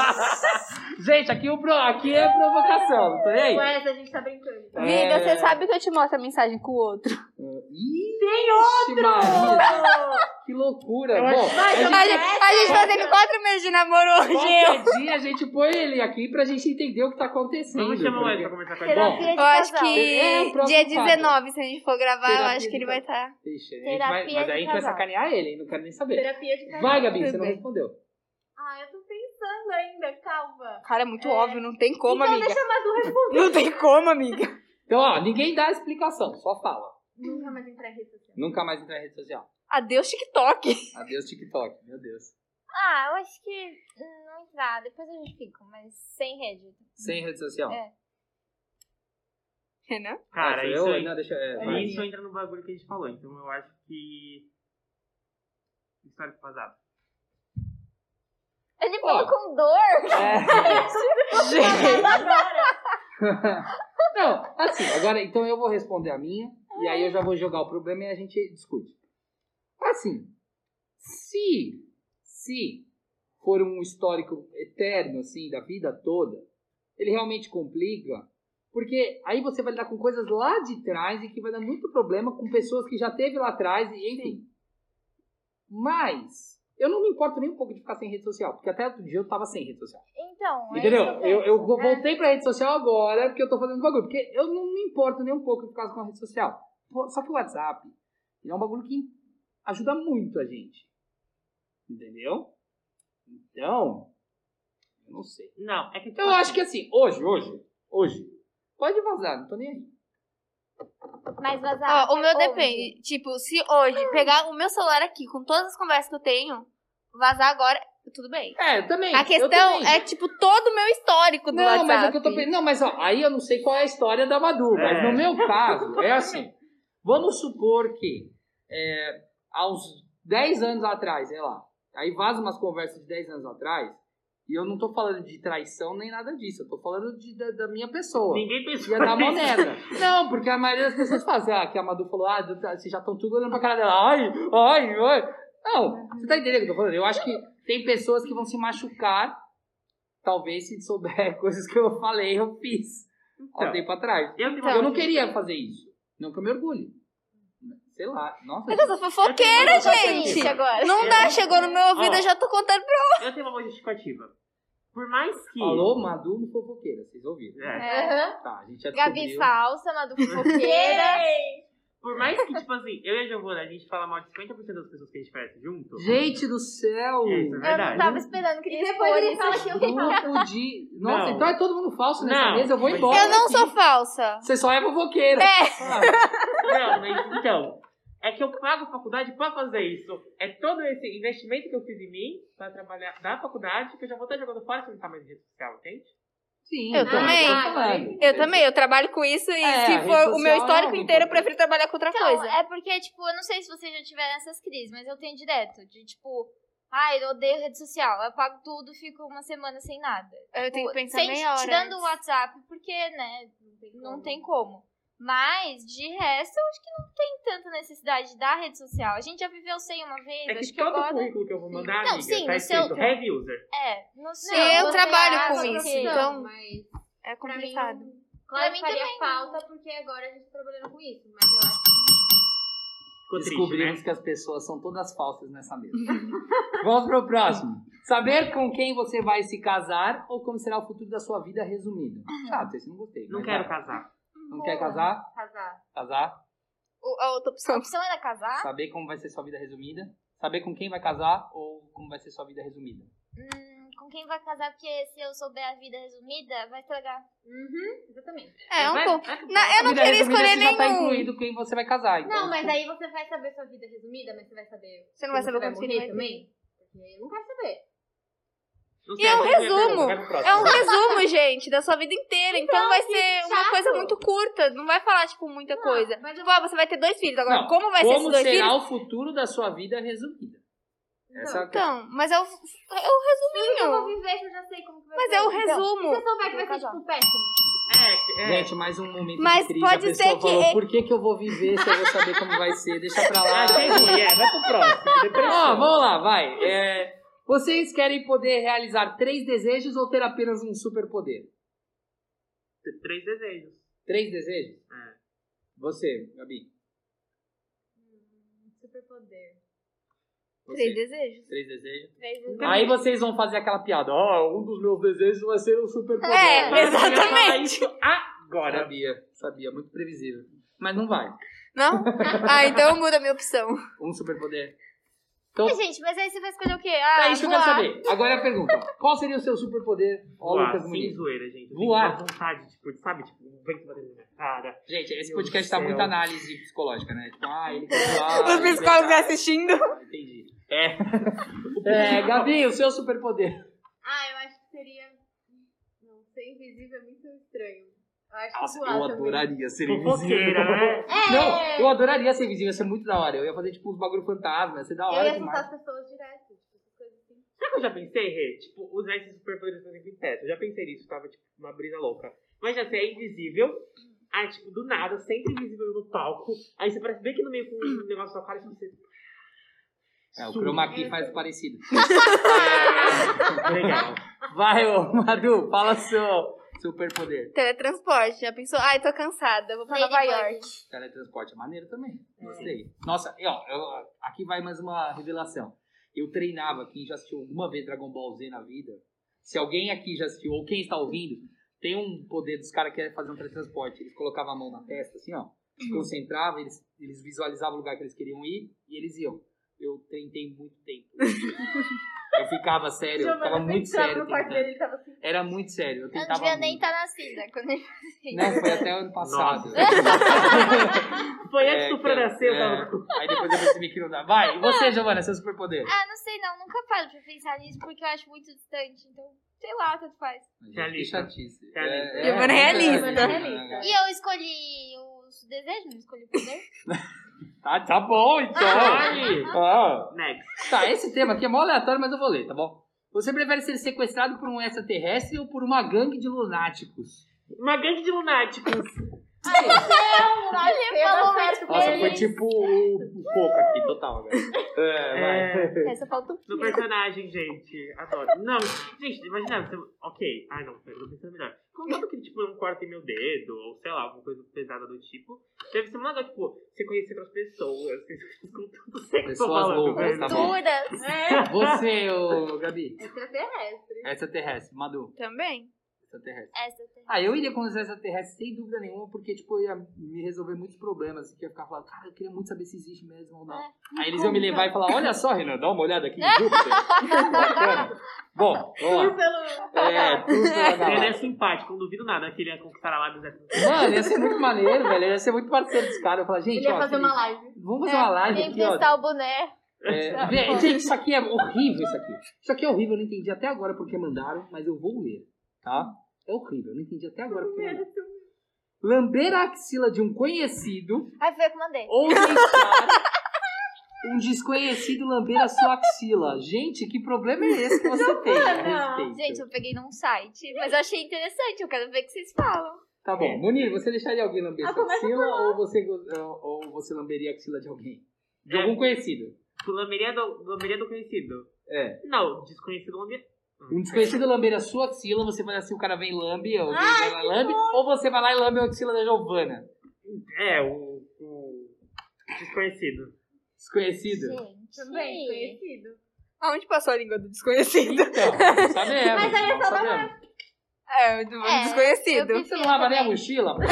[SPEAKER 1] Gente, aqui, o pro- aqui é provocação, não tô nem
[SPEAKER 5] Com
[SPEAKER 1] aí.
[SPEAKER 5] essa a gente tá brincando.
[SPEAKER 1] É.
[SPEAKER 4] Vida, você sabe que eu te mostro a mensagem com o outro.
[SPEAKER 1] Ih, tem outro! que loucura.
[SPEAKER 2] Eu
[SPEAKER 1] Bom,
[SPEAKER 2] acho-
[SPEAKER 1] a gente-
[SPEAKER 4] A gente, a gente fazendo quatro meses de namoro hoje. eu.
[SPEAKER 1] qualquer dia a gente põe ele aqui pra gente entender o que tá acontecendo.
[SPEAKER 2] Vamos chamar o Ed
[SPEAKER 1] porque-
[SPEAKER 2] pra conversar com a gente.
[SPEAKER 1] Bom,
[SPEAKER 3] Terapia de
[SPEAKER 4] Eu acho
[SPEAKER 3] casal.
[SPEAKER 1] É,
[SPEAKER 4] que
[SPEAKER 1] o próximo
[SPEAKER 4] dia
[SPEAKER 1] sábado.
[SPEAKER 4] 19, se a gente for gravar, eu
[SPEAKER 1] Terapia
[SPEAKER 4] acho que ele
[SPEAKER 1] de
[SPEAKER 4] vai
[SPEAKER 6] tá-
[SPEAKER 4] estar.
[SPEAKER 1] Ixi, a gente vai-
[SPEAKER 3] Terapia
[SPEAKER 1] mas aí
[SPEAKER 3] de
[SPEAKER 1] a gente vai
[SPEAKER 3] casal.
[SPEAKER 1] sacanear ele, não quero nem saber.
[SPEAKER 5] Terapia de casal.
[SPEAKER 1] Vai, Gabi, você não
[SPEAKER 4] Tudo bem.
[SPEAKER 1] respondeu.
[SPEAKER 5] Ah, eu tô pensando ainda, calma.
[SPEAKER 4] Cara, é muito óbvio, não tem como,
[SPEAKER 5] então
[SPEAKER 4] amiga.
[SPEAKER 5] deixa a Madu responder.
[SPEAKER 4] Não tem como, amiga.
[SPEAKER 1] Então, ó, ninguém dá a explicação, só fala.
[SPEAKER 5] Nunca mais assim. entrar em rede social.
[SPEAKER 1] Nunca mais entrar em rede social.
[SPEAKER 6] [laughs]
[SPEAKER 4] Adeus, TikTok.
[SPEAKER 1] Adeus, TikTok. Meu Deus.
[SPEAKER 3] Ah, eu acho que hum, não entrar. Depois a gente fica, mas sem rede.
[SPEAKER 1] Sem rede social.
[SPEAKER 3] É.
[SPEAKER 4] Renan?
[SPEAKER 2] Cara,
[SPEAKER 1] eu,
[SPEAKER 2] isso aí.
[SPEAKER 1] Não, deixa, é, vai.
[SPEAKER 2] Isso entra no bagulho que a gente falou, então eu acho que. Histórico vazado.
[SPEAKER 3] Ele
[SPEAKER 1] Ó.
[SPEAKER 3] falou com dor.
[SPEAKER 1] É. [laughs] Não, assim, agora então eu vou responder a minha e aí eu já vou jogar o problema e a gente discute. Assim, se se for um histórico eterno assim da vida toda, ele realmente complica, porque aí você vai lidar com coisas lá de trás e que vai dar muito problema com pessoas que já teve lá atrás e enfim. Mas eu não me importo nem um pouco de ficar sem rede social, porque até outro dia eu tava sem rede social.
[SPEAKER 3] Então, é
[SPEAKER 1] Entendeu?
[SPEAKER 3] isso que
[SPEAKER 1] Eu, eu
[SPEAKER 3] penso.
[SPEAKER 1] vou-
[SPEAKER 6] né?
[SPEAKER 1] voltei pra rede social agora porque eu tô fazendo bagulho. Porque eu não me importo nem um pouco por causa com a rede social. Pô, Só que o WhatsApp ele é um bagulho que ajuda muito a gente. Entendeu? Então, eu não sei. Então,
[SPEAKER 2] Não, é que.
[SPEAKER 1] assim, Eu acho que assim, hoje, hoje, hoje, pode vazar, não tô nem aí.
[SPEAKER 3] Mas vazar.
[SPEAKER 6] Ó, o meu
[SPEAKER 3] até onde?
[SPEAKER 6] depende. Tipo, se hoje pegar o meu celular aqui com todas as conversas que eu tenho, vazar agora, tudo bem.
[SPEAKER 1] É, eu também.
[SPEAKER 6] A
[SPEAKER 1] eu
[SPEAKER 6] questão
[SPEAKER 1] também.
[SPEAKER 6] é, tipo, todo o meu histórico do
[SPEAKER 1] Não,
[SPEAKER 6] WhatsApp.
[SPEAKER 1] mas é que eu tô pensando. Não, mas ó, aí eu não sei qual é a história da Madu, mas
[SPEAKER 2] É.
[SPEAKER 1] no meu caso, é assim. Vamos supor que é, há uns 10 anos atrás, sei lá, aí vaza umas conversas de 10 anos atrás, e eu não tô falando de traição nem nada disso, eu tô falando de- da, da minha pessoa.
[SPEAKER 2] Ninguém pensou
[SPEAKER 1] Ia dar
[SPEAKER 2] nisso.
[SPEAKER 1] moneda. [laughs] Não, porque a maioria das pessoas faz, ah, que a Madu falou, ah, vocês já estão tudo olhando pra cara dela, ai, ai, ai. Não, você tá entendendo o que eu tô falando? Eu acho que tem pessoas que vão se machucar, talvez se souber [laughs] coisas que eu falei, eu fiz há um
[SPEAKER 2] Então.
[SPEAKER 1] tempo atrás.
[SPEAKER 2] [laughs] Eu, tenho uma
[SPEAKER 1] Eu não
[SPEAKER 2] coisa-
[SPEAKER 1] queria fazer isso. Não que eu me orgulhe. Sei lá, nossa.
[SPEAKER 6] Eu sou fofoqueira,
[SPEAKER 2] Eu tenho uma
[SPEAKER 6] gente!
[SPEAKER 2] fofoquinha
[SPEAKER 6] agora. Não dá, chegou no meu ouvido,
[SPEAKER 2] Ó.
[SPEAKER 6] eu já tô contando pra
[SPEAKER 2] eu tenho uma boa justificativa. Por mais que.
[SPEAKER 1] Falou Madu no fofoqueira, vocês ouviram.
[SPEAKER 2] É.
[SPEAKER 5] Aham.
[SPEAKER 1] Tá, a gente já
[SPEAKER 3] Gabi
[SPEAKER 1] descobriu. [laughs]
[SPEAKER 3] falsa, Madu fofoqueira.
[SPEAKER 2] Por mais que, tipo assim, eu e a Giovana, a gente fala mal de 50% das pessoas que a gente conhece junto.
[SPEAKER 1] Gente do céu!
[SPEAKER 2] É, isso é
[SPEAKER 3] eu não
[SPEAKER 2] verdade.
[SPEAKER 3] tava esperando que
[SPEAKER 5] E
[SPEAKER 3] eles
[SPEAKER 5] depois
[SPEAKER 3] forem.
[SPEAKER 5] ele fala que eu fui falsa.
[SPEAKER 1] Grupo de... Nossa,
[SPEAKER 2] Não.
[SPEAKER 1] então é todo mundo falso nessa
[SPEAKER 2] Não.
[SPEAKER 1] mesa, eu vou
[SPEAKER 2] Eu
[SPEAKER 1] embora.
[SPEAKER 6] Eu não
[SPEAKER 1] daqui.
[SPEAKER 6] sou falsa.
[SPEAKER 1] Você só é fofoqueira.
[SPEAKER 6] É.
[SPEAKER 1] Ah,
[SPEAKER 2] Não, mas então. É que eu pago faculdade pra fazer isso. É todo esse investimento que eu fiz em mim pra trabalhar da faculdade que eu já vou estar jogando fora se eu não tá mais em rede social, entende?
[SPEAKER 1] sim. né? É
[SPEAKER 6] Eu
[SPEAKER 1] não,
[SPEAKER 6] também.
[SPEAKER 1] tô falando.
[SPEAKER 6] Eu também, eu trabalho com isso e
[SPEAKER 1] É,
[SPEAKER 6] se
[SPEAKER 1] rede
[SPEAKER 6] for o
[SPEAKER 1] social é
[SPEAKER 6] meu histórico
[SPEAKER 1] algo
[SPEAKER 6] inteiro, eu
[SPEAKER 1] importante.
[SPEAKER 6] prefiro trabalhar com outra
[SPEAKER 3] Então,
[SPEAKER 6] coisa.
[SPEAKER 3] é porque, tipo, eu não sei se vocês já tiveram essas crises, mas eu tenho direto. De tipo, ai, eu odeio rede social. Eu pago tudo, fico uma semana sem nada.
[SPEAKER 6] Eu tenho que pensar
[SPEAKER 3] sem,
[SPEAKER 6] meia hora.
[SPEAKER 3] Tirando o
[SPEAKER 6] antes.
[SPEAKER 3] WhatsApp, porque, né, não tem como. Mas, de resto, eu acho que não tem tanta necessidade da rede social. A gente já viveu sem uma vez,
[SPEAKER 2] É que,
[SPEAKER 3] acho que
[SPEAKER 2] todo
[SPEAKER 3] agora.
[SPEAKER 2] currículo que eu vou mandar,
[SPEAKER 3] Não,
[SPEAKER 2] amiga,
[SPEAKER 3] sim,
[SPEAKER 2] tá
[SPEAKER 3] no seu-
[SPEAKER 2] escrito heavy user.
[SPEAKER 3] É, não
[SPEAKER 6] Sim,
[SPEAKER 3] sei.
[SPEAKER 6] eu
[SPEAKER 5] você
[SPEAKER 6] trabalho
[SPEAKER 5] acha
[SPEAKER 6] com
[SPEAKER 5] que
[SPEAKER 6] isso,
[SPEAKER 5] não,
[SPEAKER 6] então-
[SPEAKER 5] mas
[SPEAKER 6] É
[SPEAKER 5] pra mim,
[SPEAKER 6] complicado.
[SPEAKER 3] Pra
[SPEAKER 5] claro
[SPEAKER 3] mim
[SPEAKER 5] que faria
[SPEAKER 3] também.
[SPEAKER 5] falta, porque agora a gente tá trabalhando com isso. Mas eu acho
[SPEAKER 2] Ficou triste,
[SPEAKER 1] Descobrimos
[SPEAKER 2] né?
[SPEAKER 1] que as pessoas são todas falsas nessa mesa. [laughs] Vamos pro próximo. Saber com quem você vai se casar ou como será o futuro da sua vida resumido. Chato, esse não gostei.
[SPEAKER 2] Não
[SPEAKER 1] mas vai.
[SPEAKER 2] quero casar.
[SPEAKER 1] Não quer casar?
[SPEAKER 5] que casar.
[SPEAKER 1] Casar.
[SPEAKER 6] O- A outra
[SPEAKER 3] A
[SPEAKER 6] opção.
[SPEAKER 3] opção era casar?
[SPEAKER 1] Saber como vai ser sua vida resumida. Saber com quem vai casar ou como vai ser sua vida resumida.
[SPEAKER 3] Hum, com quem vai casar? Porque se eu souber a vida resumida, vai estragar.
[SPEAKER 5] Uhum, exatamente.
[SPEAKER 6] É, um
[SPEAKER 2] Vai-
[SPEAKER 6] pouco.
[SPEAKER 2] vai que
[SPEAKER 6] Não, eu não
[SPEAKER 1] vida
[SPEAKER 6] queria
[SPEAKER 1] resumida,
[SPEAKER 6] escolher
[SPEAKER 1] você já tá
[SPEAKER 6] nenhum.
[SPEAKER 1] incluído quem você vai casar. Então,
[SPEAKER 5] Não, mas aí você vai saber sua vida resumida, mas você vai saber.
[SPEAKER 6] Você não vai saber
[SPEAKER 5] como
[SPEAKER 6] quando
[SPEAKER 5] você vai
[SPEAKER 6] filho
[SPEAKER 5] morrer
[SPEAKER 6] vai ter.
[SPEAKER 5] também? Porque eu não quero saber.
[SPEAKER 2] Não
[SPEAKER 6] E é um
[SPEAKER 2] eu não quero
[SPEAKER 6] resumo.
[SPEAKER 2] casar, vai pro próximo.
[SPEAKER 6] É um resumo, gente, da sua vida inteira. Então, vai ser uma
[SPEAKER 5] chato.
[SPEAKER 6] coisa muito curta. Não vai falar, tipo, muita coisa.
[SPEAKER 5] mas eu-
[SPEAKER 6] Tipo, ah, você vai ter dois filhos. Agora,
[SPEAKER 1] Não,
[SPEAKER 6] como vai ser esses
[SPEAKER 1] como
[SPEAKER 6] dois
[SPEAKER 1] será
[SPEAKER 6] filhos?
[SPEAKER 1] o futuro da sua vida resumida. Essa é a questão.
[SPEAKER 6] Então, mas é o, é
[SPEAKER 5] Como que eu
[SPEAKER 6] o
[SPEAKER 5] vou
[SPEAKER 6] resuminho.
[SPEAKER 5] viver se eu já sei como que vai
[SPEAKER 6] Mas
[SPEAKER 5] ser?
[SPEAKER 6] é o
[SPEAKER 5] Então,
[SPEAKER 6] resumo.
[SPEAKER 5] Se eu souber que vai ser,
[SPEAKER 6] Casar.
[SPEAKER 5] tipo, péssimo.
[SPEAKER 2] É, é.
[SPEAKER 1] Gente, mais um momento
[SPEAKER 6] Mas
[SPEAKER 1] de crise.
[SPEAKER 6] pode
[SPEAKER 1] a pessoa
[SPEAKER 6] ser que é
[SPEAKER 1] falou,
[SPEAKER 6] ele-
[SPEAKER 1] por que, que eu vou viver se eu vou saber como vai ser? Deixa pra
[SPEAKER 6] [laughs]
[SPEAKER 1] lá.
[SPEAKER 2] Ah, tem ruim, é. Vai pro próximo.
[SPEAKER 1] Ó,
[SPEAKER 2] Depressão.
[SPEAKER 1] vamos lá, vai. É, vocês querem poder realizar três desejos ou ter apenas um superpoder?
[SPEAKER 2] Três desejos.
[SPEAKER 1] Três desejos?
[SPEAKER 2] É.
[SPEAKER 1] Você, Gabi.
[SPEAKER 5] Superpoder.
[SPEAKER 1] Você.
[SPEAKER 6] Três desejos.
[SPEAKER 1] Três desejos.
[SPEAKER 3] Três vezes.
[SPEAKER 1] Aí vocês vão fazer aquela piada. Ó, um dos meus desejos vai ser um superpoder.
[SPEAKER 6] É,
[SPEAKER 1] Mas-
[SPEAKER 6] exatamente.
[SPEAKER 2] Agora.
[SPEAKER 1] Sabia, sabia. Muito previsível. Mas não vai. [laughs]
[SPEAKER 6] Não? Ah, então muda a minha opção.
[SPEAKER 1] Um superpoder. Então,
[SPEAKER 3] Mas, gente, mas aí você vai escolher o quê? Ah,
[SPEAKER 1] é isso que eu
[SPEAKER 3] voar.
[SPEAKER 1] quero saber. Agora a pergunta. Qual seria o seu superpoder? Ó,
[SPEAKER 2] Voar,
[SPEAKER 1] Lucas
[SPEAKER 2] sem
[SPEAKER 1] Muniz.
[SPEAKER 2] zoeira, gente. Eu
[SPEAKER 1] Voar.
[SPEAKER 2] tenho uma vontade, tipo, sabe? Tipo, um vento batendo na minha cara.
[SPEAKER 1] Gente, esse
[SPEAKER 2] Meu
[SPEAKER 1] podcast
[SPEAKER 2] Deus
[SPEAKER 1] tá
[SPEAKER 2] do
[SPEAKER 1] muito
[SPEAKER 2] céu.
[SPEAKER 1] análise psicológica, né? Tipo, ah, ele quer voar,
[SPEAKER 6] Os
[SPEAKER 1] ele quer
[SPEAKER 6] psicólogos me
[SPEAKER 1] voar.
[SPEAKER 6] assistindo.
[SPEAKER 1] Entendi. É. É, Gabi, o seu superpoder.
[SPEAKER 5] Ah, eu acho que seria. Não, ser invisível é muito estranho. Eu acho que
[SPEAKER 1] Nossa,
[SPEAKER 5] voar
[SPEAKER 1] eu
[SPEAKER 5] também.
[SPEAKER 1] adoraria ser invisível. [laughs]
[SPEAKER 2] Fofoqueira, Tipo, né?
[SPEAKER 5] É!
[SPEAKER 1] Não, eu adoraria ser invisível, ia ser muito da hora. Eu ia fazer tipo uns bagulho fantasma, ia ser da
[SPEAKER 5] Eu
[SPEAKER 1] hora
[SPEAKER 5] ia assustar
[SPEAKER 1] demais.
[SPEAKER 5] as pessoas direto. Tipo, essas coisas assim.
[SPEAKER 2] Sabe o que eu já pensei, Rê? Tipo, usar esses superpoderes pra em teto. Eu já pensei nisso, tava tipo uma brisa louca. Mas já você é invisível. Aí, tipo, do nada, sempre invisível no palco. Aí você parece bem que no meio com um negócio na sua cara e você.
[SPEAKER 1] É, o chroma key faz parecido.
[SPEAKER 2] [laughs] Legal.
[SPEAKER 1] Vai, ô, Madu, fala seu superpoder.
[SPEAKER 6] Teletransporte. Já pensou? Ai, tô cansada. Vou pra Nova
[SPEAKER 3] Ladybug.
[SPEAKER 6] York.
[SPEAKER 1] Teletransporte é maneiro também. Gostei. Nossa, e, ó, eu- aqui vai mais uma revelação. Eu treinava, quem já assistiu alguma vez Dragon Ball Z na vida, se alguém aqui já assistiu, ou quem está ouvindo, tem um poder dos caras que é fazer um teletransporte. Eles colocavam a mão na testa, assim, ó. Se concentravam, eles, eles visualizavam o lugar que eles queriam ir e eles iam. Eu tentei muito tempo. Eu ficava sério, eu ficava muito sério. então.
[SPEAKER 5] no quarto
[SPEAKER 1] tentando.
[SPEAKER 5] dele, ele tava assim.
[SPEAKER 1] Era muito sério, eu
[SPEAKER 3] Eu
[SPEAKER 1] tentava
[SPEAKER 3] não devia nem tá
[SPEAKER 1] muito.
[SPEAKER 3] estar nascida quando ele fazia
[SPEAKER 1] Né?
[SPEAKER 3] isso.
[SPEAKER 1] Foi até ano passado.
[SPEAKER 2] Foi
[SPEAKER 1] É,
[SPEAKER 2] antes do Fran
[SPEAKER 1] cara,
[SPEAKER 2] nascer, eu
[SPEAKER 1] é.
[SPEAKER 2] tava.
[SPEAKER 1] Aí depois eu assim, percebi que não dá. Vai, e você, Giovana, seu superpoder?
[SPEAKER 3] Ah, não sei não, nunca paro pra pensar nisso porque eu acho muito distante, então sei lá, tanto faz.
[SPEAKER 1] Que
[SPEAKER 2] Realista.
[SPEAKER 1] chatice.
[SPEAKER 2] Realista.
[SPEAKER 4] Giovana é realista.
[SPEAKER 5] Realista.
[SPEAKER 3] E eu escolhi os desejos, não escolhi o poder.
[SPEAKER 1] Tá, tá bom, então.
[SPEAKER 2] Ai!
[SPEAKER 1] Ah.
[SPEAKER 2] Next.
[SPEAKER 1] Tá, esse tema aqui é mó aleatório, mas eu vou ler, tá bom? Você prefere ser sequestrado por um extraterrestre ou por uma gangue de lunáticos?
[SPEAKER 2] Uma gangue de lunáticos.
[SPEAKER 3] Ele falou muito
[SPEAKER 1] Nossa, foi
[SPEAKER 3] bem.
[SPEAKER 1] tipo o o coco aqui, total, velho. É, vai.
[SPEAKER 2] É,
[SPEAKER 3] Essa falta um
[SPEAKER 2] no
[SPEAKER 3] pouquinho.
[SPEAKER 2] personagem, gente. Adoro. Não, gente, imagina. Você... Ok. Ai, não, pera, eu vou pensar melhor. Contando que, tipo, não corta em meu dedo, ou sei lá, alguma coisa pesada do tipo. Deve ser um negócio, tipo, você conhecer outras pessoas, você com tudo né? sexual.
[SPEAKER 1] Pessoas loucas,
[SPEAKER 2] velho.
[SPEAKER 1] tá bom.
[SPEAKER 6] Duras.
[SPEAKER 1] Você, ô, Gabi,
[SPEAKER 5] Extraterrestre.
[SPEAKER 1] extraterrestre, Madu,
[SPEAKER 4] Também.
[SPEAKER 1] extraterrestre.
[SPEAKER 3] [laughs] Essa tem.
[SPEAKER 1] Ah, eu iria com os extraterrestres sem dúvida nenhuma, porque, tipo, eu ia me resolver muitos problemas, assim, que eu ia ficar falando, cara, eu queria muito saber se existe mesmo ou não.
[SPEAKER 3] É.
[SPEAKER 1] Aí eles iam me levar e falar, olha só, Renan, dá uma olhada
[SPEAKER 5] [laughs]
[SPEAKER 1] aqui em Júpiter. Bacana. Bom, vamos lá.
[SPEAKER 5] Pelo...
[SPEAKER 1] É,
[SPEAKER 5] [laughs]
[SPEAKER 1] tudo pela
[SPEAKER 2] Ele é
[SPEAKER 1] galáxia.
[SPEAKER 2] simpático, não duvido nada que ele ia conquistar a lábio dessa
[SPEAKER 1] Mano, ia ser muito maneiro, velho. Ia ser muito parceiro dos caras. Eu falar, gente,
[SPEAKER 5] Ele ia
[SPEAKER 1] ó,
[SPEAKER 5] fazer
[SPEAKER 1] aqui-
[SPEAKER 5] uma É, live.
[SPEAKER 1] vamos fazer uma live
[SPEAKER 3] Tem que
[SPEAKER 1] aqui, ó.
[SPEAKER 3] testar o boné.
[SPEAKER 1] É, vê- gente, isso aqui é horrível, isso aqui. Isso aqui é horrível, eu não entendi até agora porque mandaram, mas eu vou ler, tá? É horrível, eu não entendi até agora porque mandaram. Lamber a axila de um conhecido
[SPEAKER 3] Aí foi eu que mandei.
[SPEAKER 1] ou deixar um desconhecido lamber a sua axila. Gente, que problema é esse que você tem? Respeito.
[SPEAKER 3] Gente, eu peguei num site, mas eu achei interessante, eu quero ver o que vocês falam.
[SPEAKER 1] Tá bom. Munir, você deixaria alguém lamber
[SPEAKER 5] Ah,
[SPEAKER 1] sua
[SPEAKER 5] começa
[SPEAKER 1] axila ou você, ou ou você lamberia a axila de alguém? De
[SPEAKER 5] É.
[SPEAKER 1] algum conhecido.
[SPEAKER 2] É, Lameria do, lameria do conhecido.
[SPEAKER 1] É.
[SPEAKER 2] Não, desconhecido lameria.
[SPEAKER 1] Um desconhecido lamber a sua axila, você faz assim, o cara vem e lambe, ou, alguém vai lá e lambe, ou você vai lá e lambe a axila da Giovana.
[SPEAKER 2] É, o. o desconhecido.
[SPEAKER 1] Desconhecido.
[SPEAKER 3] Gente.
[SPEAKER 5] Também, conhecido.
[SPEAKER 4] Aonde passou a língua do
[SPEAKER 5] [laughs]
[SPEAKER 4] desconhecido?
[SPEAKER 1] Então, sabemos.
[SPEAKER 5] Mas aí é
[SPEAKER 1] não
[SPEAKER 5] só da
[SPEAKER 1] sabemos.
[SPEAKER 4] [laughs] É, do
[SPEAKER 3] É,
[SPEAKER 4] desconhecido.
[SPEAKER 3] eu
[SPEAKER 1] Você não lava nem a
[SPEAKER 3] também.
[SPEAKER 5] [laughs]
[SPEAKER 1] mochila? pô?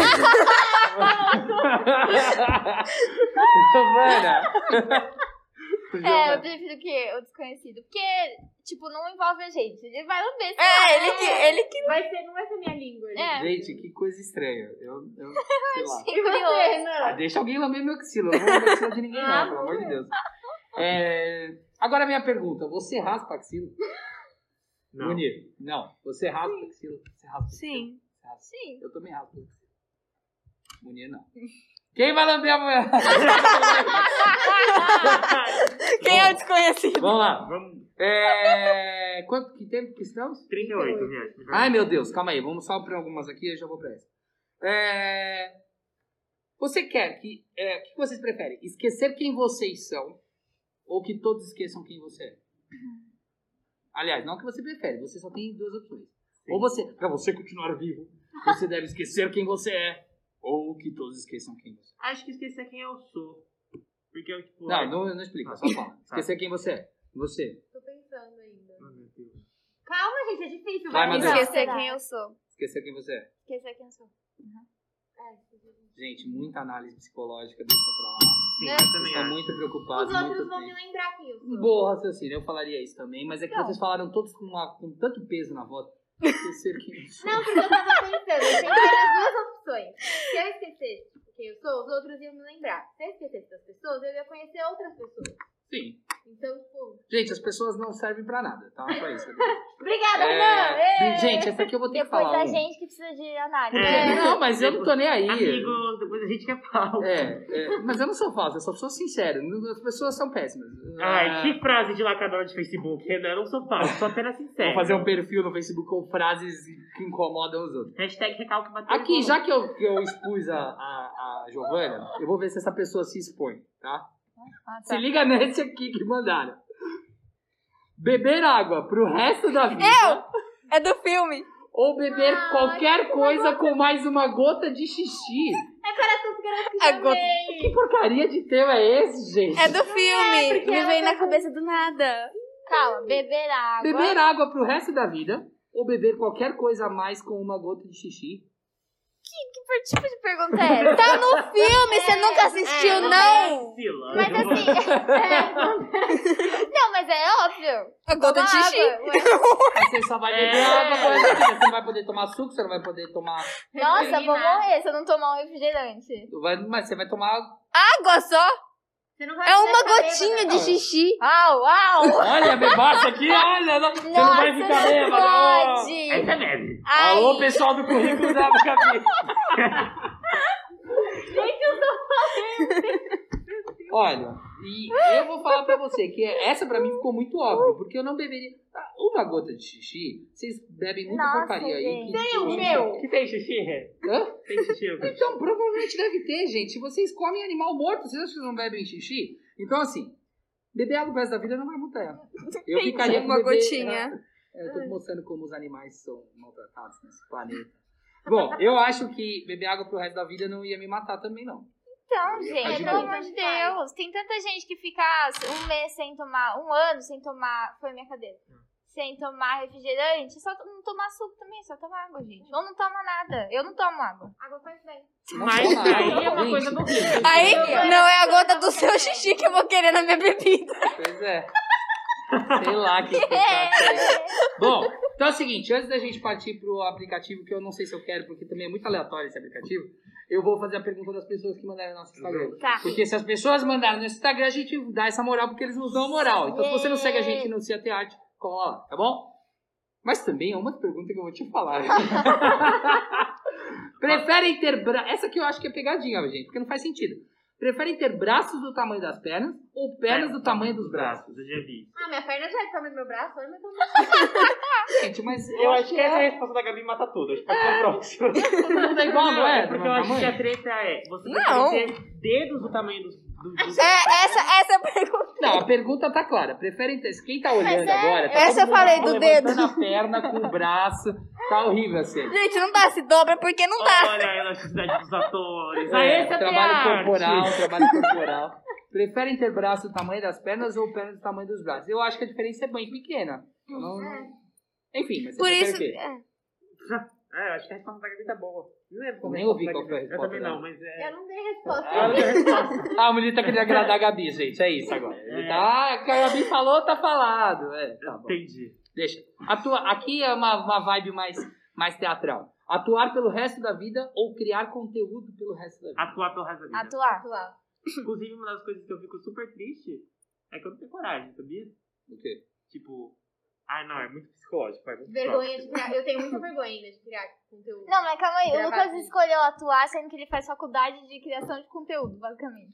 [SPEAKER 5] É,
[SPEAKER 1] Giovana.
[SPEAKER 3] É, eu prefiro que o desconhecido. Porque, tipo, não envolve a gente. Ele vai lamber. sei lá.
[SPEAKER 4] É, ele que. Ele que...
[SPEAKER 5] Vai ser, não vai ser minha língua. né?
[SPEAKER 3] É.
[SPEAKER 1] Gente, que coisa estranha. Eu,
[SPEAKER 5] [laughs]
[SPEAKER 1] eu sei lá.
[SPEAKER 5] E você,
[SPEAKER 3] Curioso.
[SPEAKER 5] Renan?
[SPEAKER 1] Ah, deixa alguém lamber meu axila. Eu não vou lamber a axila de ninguém,
[SPEAKER 5] Ah,
[SPEAKER 1] não, pelo amor de Deus. É, Agora, minha pergunta: você raspa a axila?
[SPEAKER 2] Não.
[SPEAKER 1] Munir, não. Você raspa a axila? Você raspa a axila?
[SPEAKER 4] Sim.
[SPEAKER 1] Você raspa.
[SPEAKER 3] Sim.
[SPEAKER 1] Eu também raspo a axila. Munir, não. [laughs] Quem vai lamber a mulher?
[SPEAKER 4] Quem é o desconhecido?
[SPEAKER 1] Vamos lá.
[SPEAKER 2] Vamos.
[SPEAKER 1] É... Quanto que tempo que estamos?
[SPEAKER 2] 38, minha.
[SPEAKER 1] Ai, meu Deus, calma aí. Vamos só para algumas aqui e eu já vou pra essa. É... Você quer que... é, O que vocês preferem? Esquecer quem vocês são ou que todos esqueçam quem você é? Aliás, não o que você prefere. Você só tem duas opções. Ou você... Pra você continuar vivo, [laughs] você deve esquecer quem você é ou que todos esqueçam quem você é.
[SPEAKER 2] Acho que esqueci quem eu sou. Porque eu, tipo.
[SPEAKER 1] Não, não, não explica. Só fala. Esquecer quem você é. Você.
[SPEAKER 5] Tô pensando ainda.
[SPEAKER 2] Ai, Ah, meu Deus.
[SPEAKER 5] Calma, gente, é difícil.
[SPEAKER 1] Vai, Madu.
[SPEAKER 5] virar.
[SPEAKER 4] Esquecer quem eu sou.
[SPEAKER 1] Esquecer quem você é.
[SPEAKER 3] Esqueci quem eu sou.
[SPEAKER 5] É,
[SPEAKER 1] Gente, muita análise psicológica, deixa pra lá.
[SPEAKER 2] Sim,
[SPEAKER 3] Né?
[SPEAKER 2] eu também
[SPEAKER 1] Está
[SPEAKER 2] acho.
[SPEAKER 1] muito preocupado.
[SPEAKER 5] Os outros
[SPEAKER 1] Muito
[SPEAKER 5] vão me
[SPEAKER 1] triste.
[SPEAKER 5] lembrar quem eu sou.
[SPEAKER 1] Boa um raciocínio, eu falaria isso também, mas é que vocês falaram todos com, uma- com tanto peso na voz. Esquecer quem eu sou.
[SPEAKER 5] Não, porque eu tava pensando, eu tenho apenas duas opções. Se eu esquecesse quem eu sou, os outros iam me lembrar. Se eu esquecesse das pessoas, eu ia conhecer outras pessoas.
[SPEAKER 1] Sim.
[SPEAKER 5] Então, tipo...
[SPEAKER 1] Gente, as pessoas não servem pra nada, tá? Só isso.
[SPEAKER 5] Obrigada, Renan!
[SPEAKER 1] É,
[SPEAKER 5] Ei!
[SPEAKER 1] gente, essa aqui eu vou ter que
[SPEAKER 3] Depois
[SPEAKER 1] falar.
[SPEAKER 3] a
[SPEAKER 1] um.
[SPEAKER 3] gente que precisa de análise.
[SPEAKER 1] É, não, mas eu não tô nem aí.
[SPEAKER 2] Amigos, depois a gente quer pau.
[SPEAKER 1] É, é, mas eu não sou falsa, eu só sou sincero. As pessoas são péssimas.
[SPEAKER 2] Ai,
[SPEAKER 1] Ah,
[SPEAKER 2] que frase de lacadora de Facebook, Renan. Eu não sou falso, sou apenas sincero.
[SPEAKER 1] Vou fazer um perfil no Facebook com frases que incomodam os outros.
[SPEAKER 2] Hashtag recalque bateu.
[SPEAKER 1] Aqui, já que eu, que eu expus a, a, a Giovana, eu vou ver se essa pessoa se expõe, tá?
[SPEAKER 3] Ah,
[SPEAKER 1] Se
[SPEAKER 3] tá.
[SPEAKER 1] liga nesse aqui que mandaram. Beber água pro resto da vida
[SPEAKER 4] É do filme.
[SPEAKER 1] ou beber
[SPEAKER 5] Ah,
[SPEAKER 1] qualquer coisa com mais uma gota de xixi.
[SPEAKER 4] É, go-
[SPEAKER 1] Que porcaria de tema é esse, gente?
[SPEAKER 4] é do filme.
[SPEAKER 5] porque
[SPEAKER 4] Me
[SPEAKER 5] ela
[SPEAKER 4] veio
[SPEAKER 5] tá
[SPEAKER 4] na cabeça do nada.
[SPEAKER 3] Calma, beber água.
[SPEAKER 1] Beber água pro resto da vida ou beber qualquer coisa a mais com uma gota de xixi.
[SPEAKER 3] que, que tipo de pergunta é essa? [laughs] Tá no filme,
[SPEAKER 4] É,
[SPEAKER 3] você nunca assistiu, não?
[SPEAKER 2] Priscila.
[SPEAKER 3] Mas assim. não, mas é [laughs] óbvio.
[SPEAKER 4] Eu conto de
[SPEAKER 3] Água,
[SPEAKER 4] xixi.
[SPEAKER 3] ué.
[SPEAKER 1] Aí você só vai beber
[SPEAKER 2] É.
[SPEAKER 1] água, coisa que você não vai poder tomar suco, você não vai poder tomar.
[SPEAKER 3] Nossa, vou morrer se eu não tomar um refrigerante.
[SPEAKER 1] vai- mas você vai tomar.
[SPEAKER 6] Água só?
[SPEAKER 5] Você não vai
[SPEAKER 6] É uma
[SPEAKER 5] ficar
[SPEAKER 6] gotinha
[SPEAKER 4] né?
[SPEAKER 5] bêbada.
[SPEAKER 6] de xixi.
[SPEAKER 3] Au, au!
[SPEAKER 1] Olha, bebaça aqui, olha, não- você não vai ficar
[SPEAKER 5] é
[SPEAKER 3] não
[SPEAKER 1] bêbado. ó.
[SPEAKER 3] pode.
[SPEAKER 2] Essa é leve.
[SPEAKER 3] Ai.
[SPEAKER 1] Alô, pessoal do currículo da Capi.
[SPEAKER 5] Gente, eu tô
[SPEAKER 1] Olha, e eu vou falar pra você que essa pra mim ficou muito óbvia, porque eu não beberia. Ah, Uma gota de xixi, vocês bebem muita
[SPEAKER 3] Nossa,
[SPEAKER 1] porcaria aí.
[SPEAKER 3] gente.
[SPEAKER 1] que-
[SPEAKER 5] o meu.
[SPEAKER 2] Que tem xixi? Rê?
[SPEAKER 1] Hã?
[SPEAKER 2] Tem xixi? Rê?
[SPEAKER 1] Então, provavelmente deve ter, gente. Vocês comem animal morto, vocês acham que não bebem xixi? Então, assim, beber água pro resto da vida não vai mudar ela. Eu ficaria com
[SPEAKER 4] Uma
[SPEAKER 1] beber-
[SPEAKER 2] né?
[SPEAKER 4] gotinha.
[SPEAKER 1] É, eu tô mostrando como os animais são maltratados nesse planeta. Bom, eu acho que beber água pro resto da vida não ia me matar também, não.
[SPEAKER 3] Então,
[SPEAKER 1] Tá de
[SPEAKER 3] gente, pelo
[SPEAKER 1] boa.
[SPEAKER 3] amor de Deus. Tem tanta gente que fica um mês sem tomar, um ano sem tomar. Foi minha cadeira.
[SPEAKER 4] Hum.
[SPEAKER 3] Sem tomar refrigerante, é só não tomar suco também, é só tomar água, gente. Ou não toma nada. Eu não tomo água.
[SPEAKER 5] Água faz bem.
[SPEAKER 1] Não
[SPEAKER 2] Mas
[SPEAKER 1] fala,
[SPEAKER 2] aí é uma
[SPEAKER 1] gente.
[SPEAKER 2] coisa do Rio.
[SPEAKER 4] Aí
[SPEAKER 5] Eu-
[SPEAKER 4] não é a gota do seu xixi que eu vou querer na minha bebida.
[SPEAKER 1] Pois é. Sei lá
[SPEAKER 2] [laughs]
[SPEAKER 1] que é explicar isso aí. Bom, então é o seguinte, antes da gente partir pro aplicativo, que eu não sei se eu quero, porque também é muito aleatório esse aplicativo, eu vou fazer a pergunta das pessoas que mandaram no nosso Instagram.
[SPEAKER 3] Tá.
[SPEAKER 1] Porque se as pessoas mandaram no Instagram, a gente dá essa moral, porque eles nos dão a moral. Então se você não segue a gente no Cia Teatro, cola lá, tá bom? Mas também é uma pergunta que eu vou te falar.
[SPEAKER 2] [laughs]
[SPEAKER 1] Preferem ter bra... Essa aqui eu acho que é pegadinha, gente, porque não faz sentido. Preferem ter braços do tamanho das pernas ou pernas do tamanho dos braços?
[SPEAKER 2] Eu já vi.
[SPEAKER 5] Ah, minha perna já tá no meu braço, olha meu tamanho.
[SPEAKER 1] Gente, mas
[SPEAKER 2] Eu acho que essa é a resposta da Gabi mata tudo. Acho que pode ser a [laughs] próxima.
[SPEAKER 1] é igual, não é?
[SPEAKER 2] Porque eu acho que a treta é. Você
[SPEAKER 4] Não.
[SPEAKER 2] tem que ter dedos do tamanho dos. Do, dos-
[SPEAKER 4] É, essa, essa é a pergunta.
[SPEAKER 1] Não, a pergunta tá clara. Preferem ter... Quem tá olhando
[SPEAKER 3] é-
[SPEAKER 1] agora... Tá todo
[SPEAKER 4] Essa eu
[SPEAKER 1] mundo
[SPEAKER 4] falei do
[SPEAKER 1] levantando
[SPEAKER 4] dedo.
[SPEAKER 1] a perna com o braço. Tá horrível assim.
[SPEAKER 4] Gente, não dá, se dobra porque não dá.
[SPEAKER 2] Olha a elasticidade dos atores. Ah,
[SPEAKER 1] É,
[SPEAKER 2] esse é
[SPEAKER 1] trabalho
[SPEAKER 2] teatro.
[SPEAKER 1] corporal, trabalho corporal. Preferem ter braço do tamanho das pernas ou pernas do tamanho dos braços? Eu acho que a diferença é bem pequena. Eu não- Enfim, mas você
[SPEAKER 4] É. Por
[SPEAKER 1] prefere
[SPEAKER 4] isso.
[SPEAKER 1] o quê?
[SPEAKER 4] é.
[SPEAKER 2] É, eu acho que a resposta da Gabi tá boa. Não lembro como
[SPEAKER 1] Nem
[SPEAKER 2] é a
[SPEAKER 1] ouvi
[SPEAKER 2] resposta
[SPEAKER 1] qual foi a
[SPEAKER 2] da
[SPEAKER 1] resposta dela.
[SPEAKER 2] Gabi. Eu também não, mas [laughs] é.
[SPEAKER 5] Eu não dei resposta.
[SPEAKER 1] É.
[SPEAKER 2] Ah, eu não-
[SPEAKER 1] Ah, a mulher tá querendo agradar a Gabi, gente. É isso agora.
[SPEAKER 2] É.
[SPEAKER 1] Ah, o que a Gabi falou, tá falado. É, tá bom.
[SPEAKER 2] Entendi.
[SPEAKER 1] Deixa. Atua... Aqui é uma, uma vibe mais, mais teatral. Atuar pelo resto da vida ou criar conteúdo pelo resto da vida?
[SPEAKER 2] Atuar pelo resto da vida.
[SPEAKER 3] Atuar.
[SPEAKER 2] Inclusive, uma das coisas que eu fico super triste é que eu não tenho coragem, sabia?
[SPEAKER 1] O quê?
[SPEAKER 2] Tipo, ah, não, é muito psicológico. É muito
[SPEAKER 5] Vergonha de
[SPEAKER 2] tóxico.
[SPEAKER 5] criar. Eu tenho muita vergonha ainda de criar
[SPEAKER 3] [laughs]
[SPEAKER 5] conteúdo.
[SPEAKER 3] Não, mas calma aí. O
[SPEAKER 5] Gravar
[SPEAKER 3] Lucas
[SPEAKER 5] vídeo.
[SPEAKER 3] escolheu atuar, sendo que ele faz faculdade de criação de conteúdo, basicamente.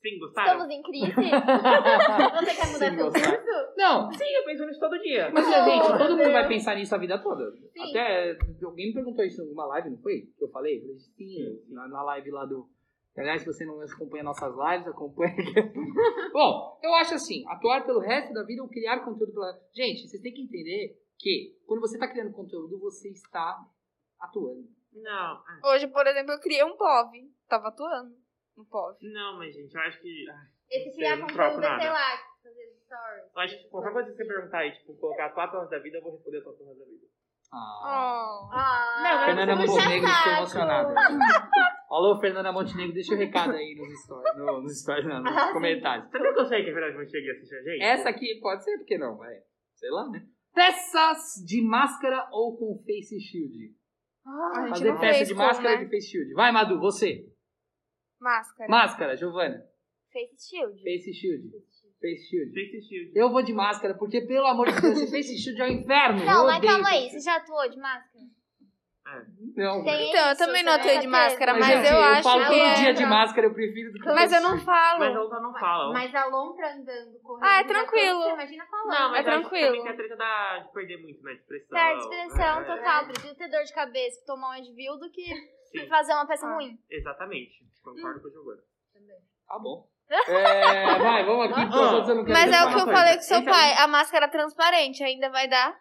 [SPEAKER 2] Sim,
[SPEAKER 4] Ah.
[SPEAKER 2] gostaram?
[SPEAKER 3] Estamos em crise.
[SPEAKER 5] Você quer mudar
[SPEAKER 1] Sim,
[SPEAKER 5] seu
[SPEAKER 1] gostar.
[SPEAKER 5] curso?
[SPEAKER 1] [laughs] Não,
[SPEAKER 2] Sim, eu penso nisso todo dia.
[SPEAKER 1] mas gente, todo mundo
[SPEAKER 5] Deus.
[SPEAKER 1] vai pensar nisso a vida toda.
[SPEAKER 5] Sim.
[SPEAKER 1] Até alguém me perguntou isso em alguma live, não foi? Que eu falei? Eu falei, sim, na, na live lá do. Aliás, se você não acompanha nossas lives, acompanha. [laughs] Bom, eu acho assim, atuar pelo resto da vida ou criar conteúdo pela. Gente, vocês têm que entender que quando você está criando conteúdo, você está atuando.
[SPEAKER 2] Não, ah,
[SPEAKER 4] Hoje, por exemplo, eu criei um POV. Tava atuando no POV.
[SPEAKER 2] não, mas gente, eu acho que. ah,
[SPEAKER 5] Esse
[SPEAKER 2] Eu
[SPEAKER 5] criar
[SPEAKER 2] não troco
[SPEAKER 5] conteúdo é, sei
[SPEAKER 2] nada.
[SPEAKER 5] lá, fazer stories.
[SPEAKER 2] Eu acho que qualquer coisa que você perguntar aí, tipo, colocar atuar pelo resto da vida, eu vou responder atuar pelo resto da vida.
[SPEAKER 1] Ah.
[SPEAKER 4] Oh.
[SPEAKER 5] Ah,
[SPEAKER 2] Não,
[SPEAKER 1] Fernanda é
[SPEAKER 5] puxa
[SPEAKER 1] Montenegro
[SPEAKER 5] saco.
[SPEAKER 1] ficou emocionada. Alô, Fernanda Montenegro, deixa o recado aí nos stories, no, nos, stories não, nos comentários.
[SPEAKER 2] Sabe que eu sei que é verdade quando cheguei a assistir a gente?
[SPEAKER 1] Essa aqui pode ser, porque não, é. Sei lá, né? Peças de máscara ou com face shield?
[SPEAKER 4] A gente
[SPEAKER 5] Tipo
[SPEAKER 1] Fazer
[SPEAKER 4] não
[SPEAKER 1] peça
[SPEAKER 4] fez
[SPEAKER 1] de
[SPEAKER 4] como,
[SPEAKER 1] máscara ou
[SPEAKER 4] né?
[SPEAKER 1] de face shield. Vai, Madu, você.
[SPEAKER 4] Máscara.
[SPEAKER 1] Máscara, Giovana.
[SPEAKER 3] Face Shield.
[SPEAKER 1] Face shield. Face shield.
[SPEAKER 2] Face Shield.
[SPEAKER 1] Eu vou de máscara, porque, pelo amor de Deus, esse face shield é o inferno.
[SPEAKER 3] Não,
[SPEAKER 1] eu
[SPEAKER 3] mas
[SPEAKER 1] odeio
[SPEAKER 3] calma aí.
[SPEAKER 1] face
[SPEAKER 3] Você já atuou de máscara?
[SPEAKER 1] shield. Não.
[SPEAKER 3] Tem
[SPEAKER 4] Então, eu
[SPEAKER 3] isso,
[SPEAKER 4] também
[SPEAKER 3] você
[SPEAKER 4] não atuei
[SPEAKER 3] nunca teve.
[SPEAKER 4] de máscara, mas
[SPEAKER 1] gente,
[SPEAKER 4] eu acho
[SPEAKER 1] falo
[SPEAKER 4] que
[SPEAKER 1] todo
[SPEAKER 4] é-
[SPEAKER 1] dia de máscara, eu prefiro do que
[SPEAKER 4] Mas eu não falo.
[SPEAKER 2] Mas a outra não fala.
[SPEAKER 5] Mas a lombra andando, correndo.
[SPEAKER 4] Ah, é tranquilo.
[SPEAKER 5] Você imagina falando.
[SPEAKER 2] não, mas
[SPEAKER 4] é
[SPEAKER 2] eu acho que
[SPEAKER 4] tranquilo.
[SPEAKER 2] também tem a treta da, de perder muito, né? De expressão.
[SPEAKER 3] Certa expressão
[SPEAKER 2] É,
[SPEAKER 3] total. Prefiro ter dor de cabeça e tomar um Advil do que fazer uma peça
[SPEAKER 4] Ah.
[SPEAKER 3] ruim.
[SPEAKER 2] Exatamente. Concordo com o Giovanna.
[SPEAKER 1] Tá
[SPEAKER 2] [laughs]
[SPEAKER 1] bom. É, vai, vamos aqui, porque os outros eu não quero
[SPEAKER 4] Mas é
[SPEAKER 1] falar.
[SPEAKER 4] o que eu
[SPEAKER 2] coisa.
[SPEAKER 4] falei com seu
[SPEAKER 2] Então-
[SPEAKER 4] pai. A máscara transparente ainda vai dar.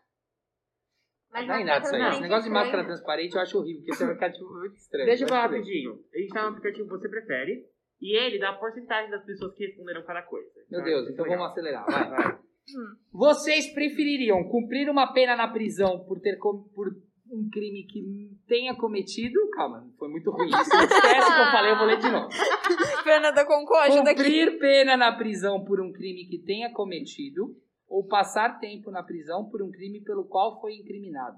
[SPEAKER 5] Mas
[SPEAKER 1] Não é nada
[SPEAKER 5] máscara
[SPEAKER 1] isso aí. Esse
[SPEAKER 5] transparente
[SPEAKER 1] negócio de
[SPEAKER 5] é
[SPEAKER 4] né?
[SPEAKER 1] máscara transparente eu acho horrível, porque isso vai ficar tipo, muito estranho.
[SPEAKER 2] Deixa eu falar
[SPEAKER 1] Mas tudo
[SPEAKER 2] rapidinho. A gente tá no aplicativo Você Prefere. E ele dá a porcentagem das pessoas que responderam cada coisa. Tipo,
[SPEAKER 1] bem. Meu
[SPEAKER 2] Eu
[SPEAKER 1] Deus,
[SPEAKER 2] acho
[SPEAKER 1] então
[SPEAKER 2] legal.
[SPEAKER 1] vamos acelerar. Vai, vai.
[SPEAKER 4] Hum.
[SPEAKER 1] Vocês prefeririam cumprir uma pena na prisão por ter, com- por um crime que tenha cometido. Calma, foi muito ruim isso. Esquece que eu falei, eu vou ler de
[SPEAKER 4] [laughs]
[SPEAKER 1] novo.
[SPEAKER 4] Fernanda Concordo daqui.
[SPEAKER 1] Cumprir pena na prisão por um crime que tenha cometido ou passar tempo na prisão por um crime pelo qual foi incriminado.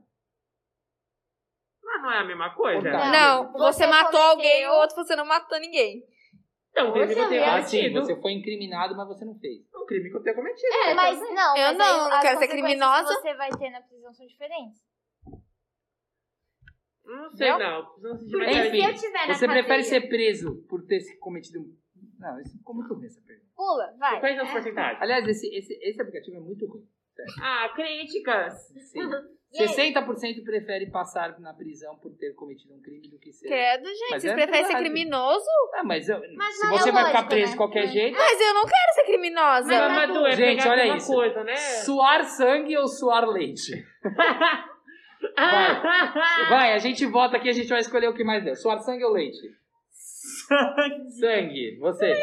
[SPEAKER 2] Mas não é a mesma coisa.
[SPEAKER 1] Não.
[SPEAKER 4] Não, você,
[SPEAKER 3] Você
[SPEAKER 4] matou
[SPEAKER 3] cometeu-
[SPEAKER 4] alguém, o outro você não matou ninguém.
[SPEAKER 2] É um crime que eu tenho
[SPEAKER 1] Ah, sim,
[SPEAKER 2] cometido.
[SPEAKER 1] você foi incriminado, mas você não fez.
[SPEAKER 2] É um crime que eu tenho cometido.
[SPEAKER 3] É, mas não.
[SPEAKER 6] Eu não,
[SPEAKER 3] mas aí
[SPEAKER 6] não
[SPEAKER 3] as
[SPEAKER 6] quero ser
[SPEAKER 3] consequências
[SPEAKER 6] criminosa.
[SPEAKER 3] que você vai ter na prisão são diferentes.
[SPEAKER 2] Não sei,
[SPEAKER 4] Não.
[SPEAKER 2] não. Precisamos se
[SPEAKER 5] Porque
[SPEAKER 2] divertir.
[SPEAKER 1] Enfim,
[SPEAKER 5] se eu
[SPEAKER 3] É,
[SPEAKER 5] tiver
[SPEAKER 1] é
[SPEAKER 5] na
[SPEAKER 1] Você
[SPEAKER 5] cadeia,
[SPEAKER 1] prefere ser preso por ter se cometido um. Não, isso ficou muito ruim essa pergunta.
[SPEAKER 3] Pula, vai.
[SPEAKER 2] Quais são as porcentagens?
[SPEAKER 1] Aliás, esse, esse, esse aplicativo é muito ruim.
[SPEAKER 2] Ah, críticas.
[SPEAKER 1] Sim.
[SPEAKER 3] Uhum. E aí?
[SPEAKER 1] 60% prefere passar na prisão por ter cometido um crime do que ser.
[SPEAKER 6] Credo, gente.
[SPEAKER 1] Mas
[SPEAKER 6] Vocês
[SPEAKER 1] é
[SPEAKER 6] preferem ser
[SPEAKER 1] verdade.
[SPEAKER 6] criminoso?
[SPEAKER 1] Ah, mas, eu-
[SPEAKER 3] Mas
[SPEAKER 1] se
[SPEAKER 3] não é
[SPEAKER 1] você vai ficar
[SPEAKER 3] lógico,
[SPEAKER 1] preso
[SPEAKER 3] né?
[SPEAKER 1] de qualquer
[SPEAKER 3] É.
[SPEAKER 1] jeito.
[SPEAKER 6] Mas eu não quero ser criminosa.
[SPEAKER 2] Mas, Madu, é
[SPEAKER 1] Gente,
[SPEAKER 2] pegar
[SPEAKER 1] olha
[SPEAKER 2] alguma
[SPEAKER 1] isso.
[SPEAKER 2] coisa, né?
[SPEAKER 1] Suar sangue ou suar leite?
[SPEAKER 2] [laughs] Ah,
[SPEAKER 1] Vai, a gente vota aqui, a gente vai escolher o que mais deu. Suar sangue ou leite? Sangue. Você?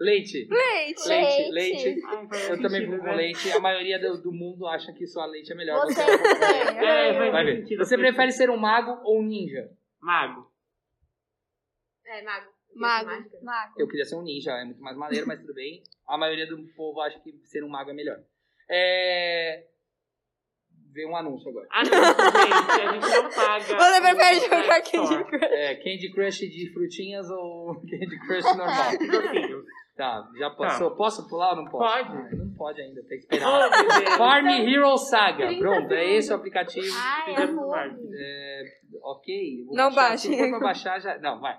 [SPEAKER 1] Leite.
[SPEAKER 4] Leite.
[SPEAKER 1] Leite. Leite.
[SPEAKER 3] Leite.
[SPEAKER 1] Eu também vou
[SPEAKER 2] né?
[SPEAKER 1] com leite. A maioria do, do mundo acha que suar leite é melhor.
[SPEAKER 3] Você um
[SPEAKER 1] Então,
[SPEAKER 2] É, faz
[SPEAKER 1] Vai
[SPEAKER 2] muito
[SPEAKER 1] ver.
[SPEAKER 2] sentido.
[SPEAKER 1] Você prefere ser um mago ou um ninja?
[SPEAKER 2] Mago.
[SPEAKER 5] É, mago.
[SPEAKER 4] Mago.
[SPEAKER 5] Mágica.
[SPEAKER 1] Eu queria ser um ninja, é muito mais maneiro, mas tudo bem. A maioria do povo acha que ser um mago é melhor. É... Vê um anúncio agora.
[SPEAKER 2] Ah, não, gente, a gente não paga.
[SPEAKER 4] Você prefere jogar
[SPEAKER 2] aqui
[SPEAKER 4] Candy Crush?
[SPEAKER 1] É, Candy Crush de frutinhas ou [laughs] Candy Crush normal? Tá, já passou. Posso pular ou não posso? Ah,
[SPEAKER 2] Pode.
[SPEAKER 1] Não pode ainda, tem que
[SPEAKER 2] Oh,
[SPEAKER 1] esperar.
[SPEAKER 2] meu Deus.
[SPEAKER 1] Farm Hero Saga.
[SPEAKER 5] 30
[SPEAKER 1] Pronto, é esse o aplicativo.
[SPEAKER 3] Ah, é
[SPEAKER 2] Fizemos
[SPEAKER 3] amor.
[SPEAKER 2] parte.
[SPEAKER 1] né? Ok. eu vou
[SPEAKER 4] Não
[SPEAKER 1] baixar.
[SPEAKER 4] baixe.
[SPEAKER 1] Se for pra baixar, já... Não, vai.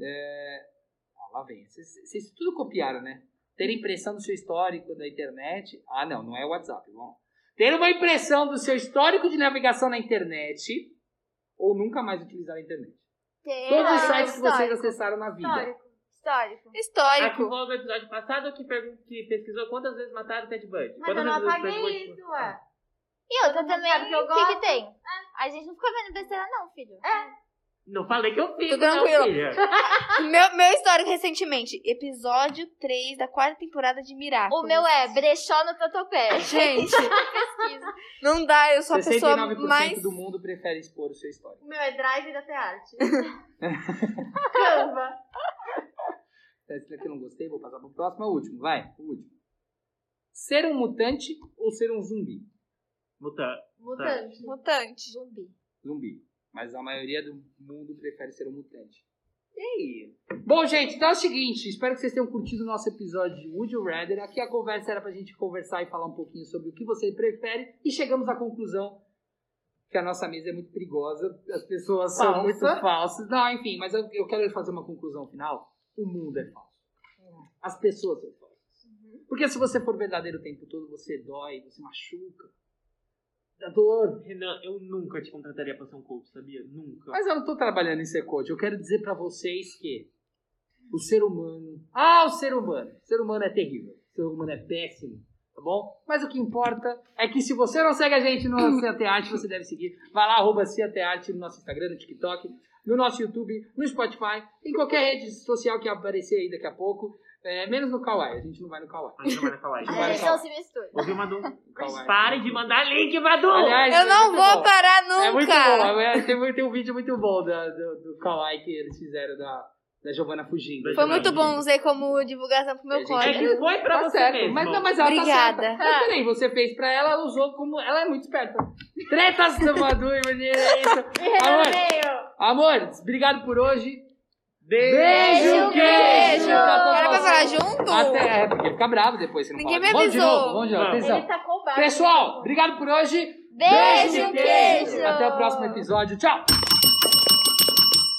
[SPEAKER 1] É, ah, lá vem. Vocês vocês tudo copiaram, né? Ter impressão do seu histórico da internet. Ah, não, não é o WhatsApp. Vamos lá. Ter uma impressão do seu histórico de navegação na internet ou nunca mais utilizar a internet.
[SPEAKER 4] É,
[SPEAKER 1] Todos os sites que vocês acessaram na vida.
[SPEAKER 3] Histórico.
[SPEAKER 2] A
[SPEAKER 3] um Histórico.
[SPEAKER 2] que
[SPEAKER 6] Histórico.
[SPEAKER 2] volta do episódio passado que, pergun- que pesquisou quantas vezes mataram o Ted Bundy.
[SPEAKER 5] Mas eu
[SPEAKER 2] Quantas
[SPEAKER 5] não
[SPEAKER 2] vezes o Ted
[SPEAKER 5] apaguei
[SPEAKER 2] Bundy-
[SPEAKER 5] isso, ué.
[SPEAKER 3] E outra
[SPEAKER 5] Todo mundo
[SPEAKER 3] também,
[SPEAKER 5] sabe que eu
[SPEAKER 3] o que que
[SPEAKER 5] gosto.
[SPEAKER 3] tem? A gente não fica vendo besteira não, filho.
[SPEAKER 2] Não falei que eu fiz.
[SPEAKER 4] Tô
[SPEAKER 2] não,
[SPEAKER 4] tranquilo.
[SPEAKER 2] filha.
[SPEAKER 6] Meu, meu histórico recentemente. Episódio 3 da quarta temporada de Miraculous.
[SPEAKER 3] O meu é brechó no tatuapé.
[SPEAKER 6] Gente, não dá, eu sou a pessoa
[SPEAKER 1] 69%
[SPEAKER 6] mais.
[SPEAKER 1] do mundo prefere expor o seu histórico.
[SPEAKER 5] O meu é drive
[SPEAKER 1] [laughs]
[SPEAKER 5] da Tearte. Canva.
[SPEAKER 1] Tá, Esse daqui eu não gostei, vou passar pro próximo. É o último, vai. O último. Ser um mutante ou ser um zumbi?
[SPEAKER 2] Muta.
[SPEAKER 5] Mutante.
[SPEAKER 4] Mutante.
[SPEAKER 1] zumbi. Mas a maioria do mundo prefere ser um mutante. E aí? Bom, gente, então é o seguinte. Espero que vocês tenham curtido o nosso episódio de Would You Rather. Aqui a conversa era pra gente conversar e falar um pouquinho sobre o que você prefere. E chegamos à conclusão que a nossa mesa é muito perigosa. As pessoas são
[SPEAKER 2] Falsa.
[SPEAKER 1] muito falsas. Não, enfim, mas eu, eu quero fazer uma conclusão final. O mundo é falso. As pessoas são falsas. Porque se você for verdadeiro o tempo todo, você dói, você machuca. Dá dor.
[SPEAKER 2] Renan, eu nunca te contrataria pra ser um coach, sabia? Nunca.
[SPEAKER 1] Mas eu não tô trabalhando em ser coach. Eu quero dizer pra vocês que o ser humano. Ah, o ser humano! O ser humano é terrível. O ser humano é péssimo. Tá bom? Mas o que importa é que se você não segue a gente no Ciatearte, você deve seguir. Vai lá, arroba Ciatearte no nosso Instagram, no TikTok, no nosso YouTube, no Spotify, em qualquer rede social que aparecer aí daqui a pouco. É, menos no Kawaii. A gente não vai no Kawaii.
[SPEAKER 2] A gente não vai na Kawaii.
[SPEAKER 1] Não vai
[SPEAKER 3] É,
[SPEAKER 1] no
[SPEAKER 3] então
[SPEAKER 1] Kawaii.
[SPEAKER 3] se mistura.
[SPEAKER 2] Ouviu, Madu?
[SPEAKER 1] No Kawaii.
[SPEAKER 2] Pare de mandar link, Madu!
[SPEAKER 1] Aliás, é
[SPEAKER 4] Eu não
[SPEAKER 1] muito
[SPEAKER 4] vou
[SPEAKER 1] bom.
[SPEAKER 4] parar
[SPEAKER 1] É muito
[SPEAKER 4] nunca.
[SPEAKER 1] bom. É, Tem, tem um vídeo muito bom da- do, do Kawaii que eles fizeram da, da Giovanna fugindo.
[SPEAKER 2] Foi
[SPEAKER 6] Foi muito bom, usei como divulgação pro
[SPEAKER 1] É,
[SPEAKER 6] meu
[SPEAKER 1] gente,
[SPEAKER 2] é
[SPEAKER 6] colega.
[SPEAKER 2] que foi pra
[SPEAKER 1] Tá
[SPEAKER 2] você
[SPEAKER 1] certo.
[SPEAKER 2] mesmo.
[SPEAKER 1] Mas, não, mas ela
[SPEAKER 6] Obrigada.
[SPEAKER 1] tá certa. Mas peraí, você fez pra ela, ela usou como... Ela é muito esperta. Tretas do Madu e Menina, é isso.
[SPEAKER 5] Meu.
[SPEAKER 1] Amor, amores, obrigado por hoje.
[SPEAKER 2] Beijo,
[SPEAKER 1] Beijo, queijo.
[SPEAKER 4] Beijo. Era pra
[SPEAKER 1] Pra
[SPEAKER 4] falar
[SPEAKER 1] todos vocês.
[SPEAKER 4] junto?
[SPEAKER 1] Até, é, porque fica bravo depois se não
[SPEAKER 4] Ninguém
[SPEAKER 1] falar.
[SPEAKER 4] me
[SPEAKER 1] Vamos de
[SPEAKER 4] avisou.
[SPEAKER 1] novo, vamos de novo.
[SPEAKER 2] Vamos.
[SPEAKER 1] Atenção.
[SPEAKER 5] Ele tá com o barco.
[SPEAKER 1] Pessoal, obrigado por hoje. queijo.
[SPEAKER 3] Beijo, queijo.
[SPEAKER 1] Até o próximo episódio. Tchau.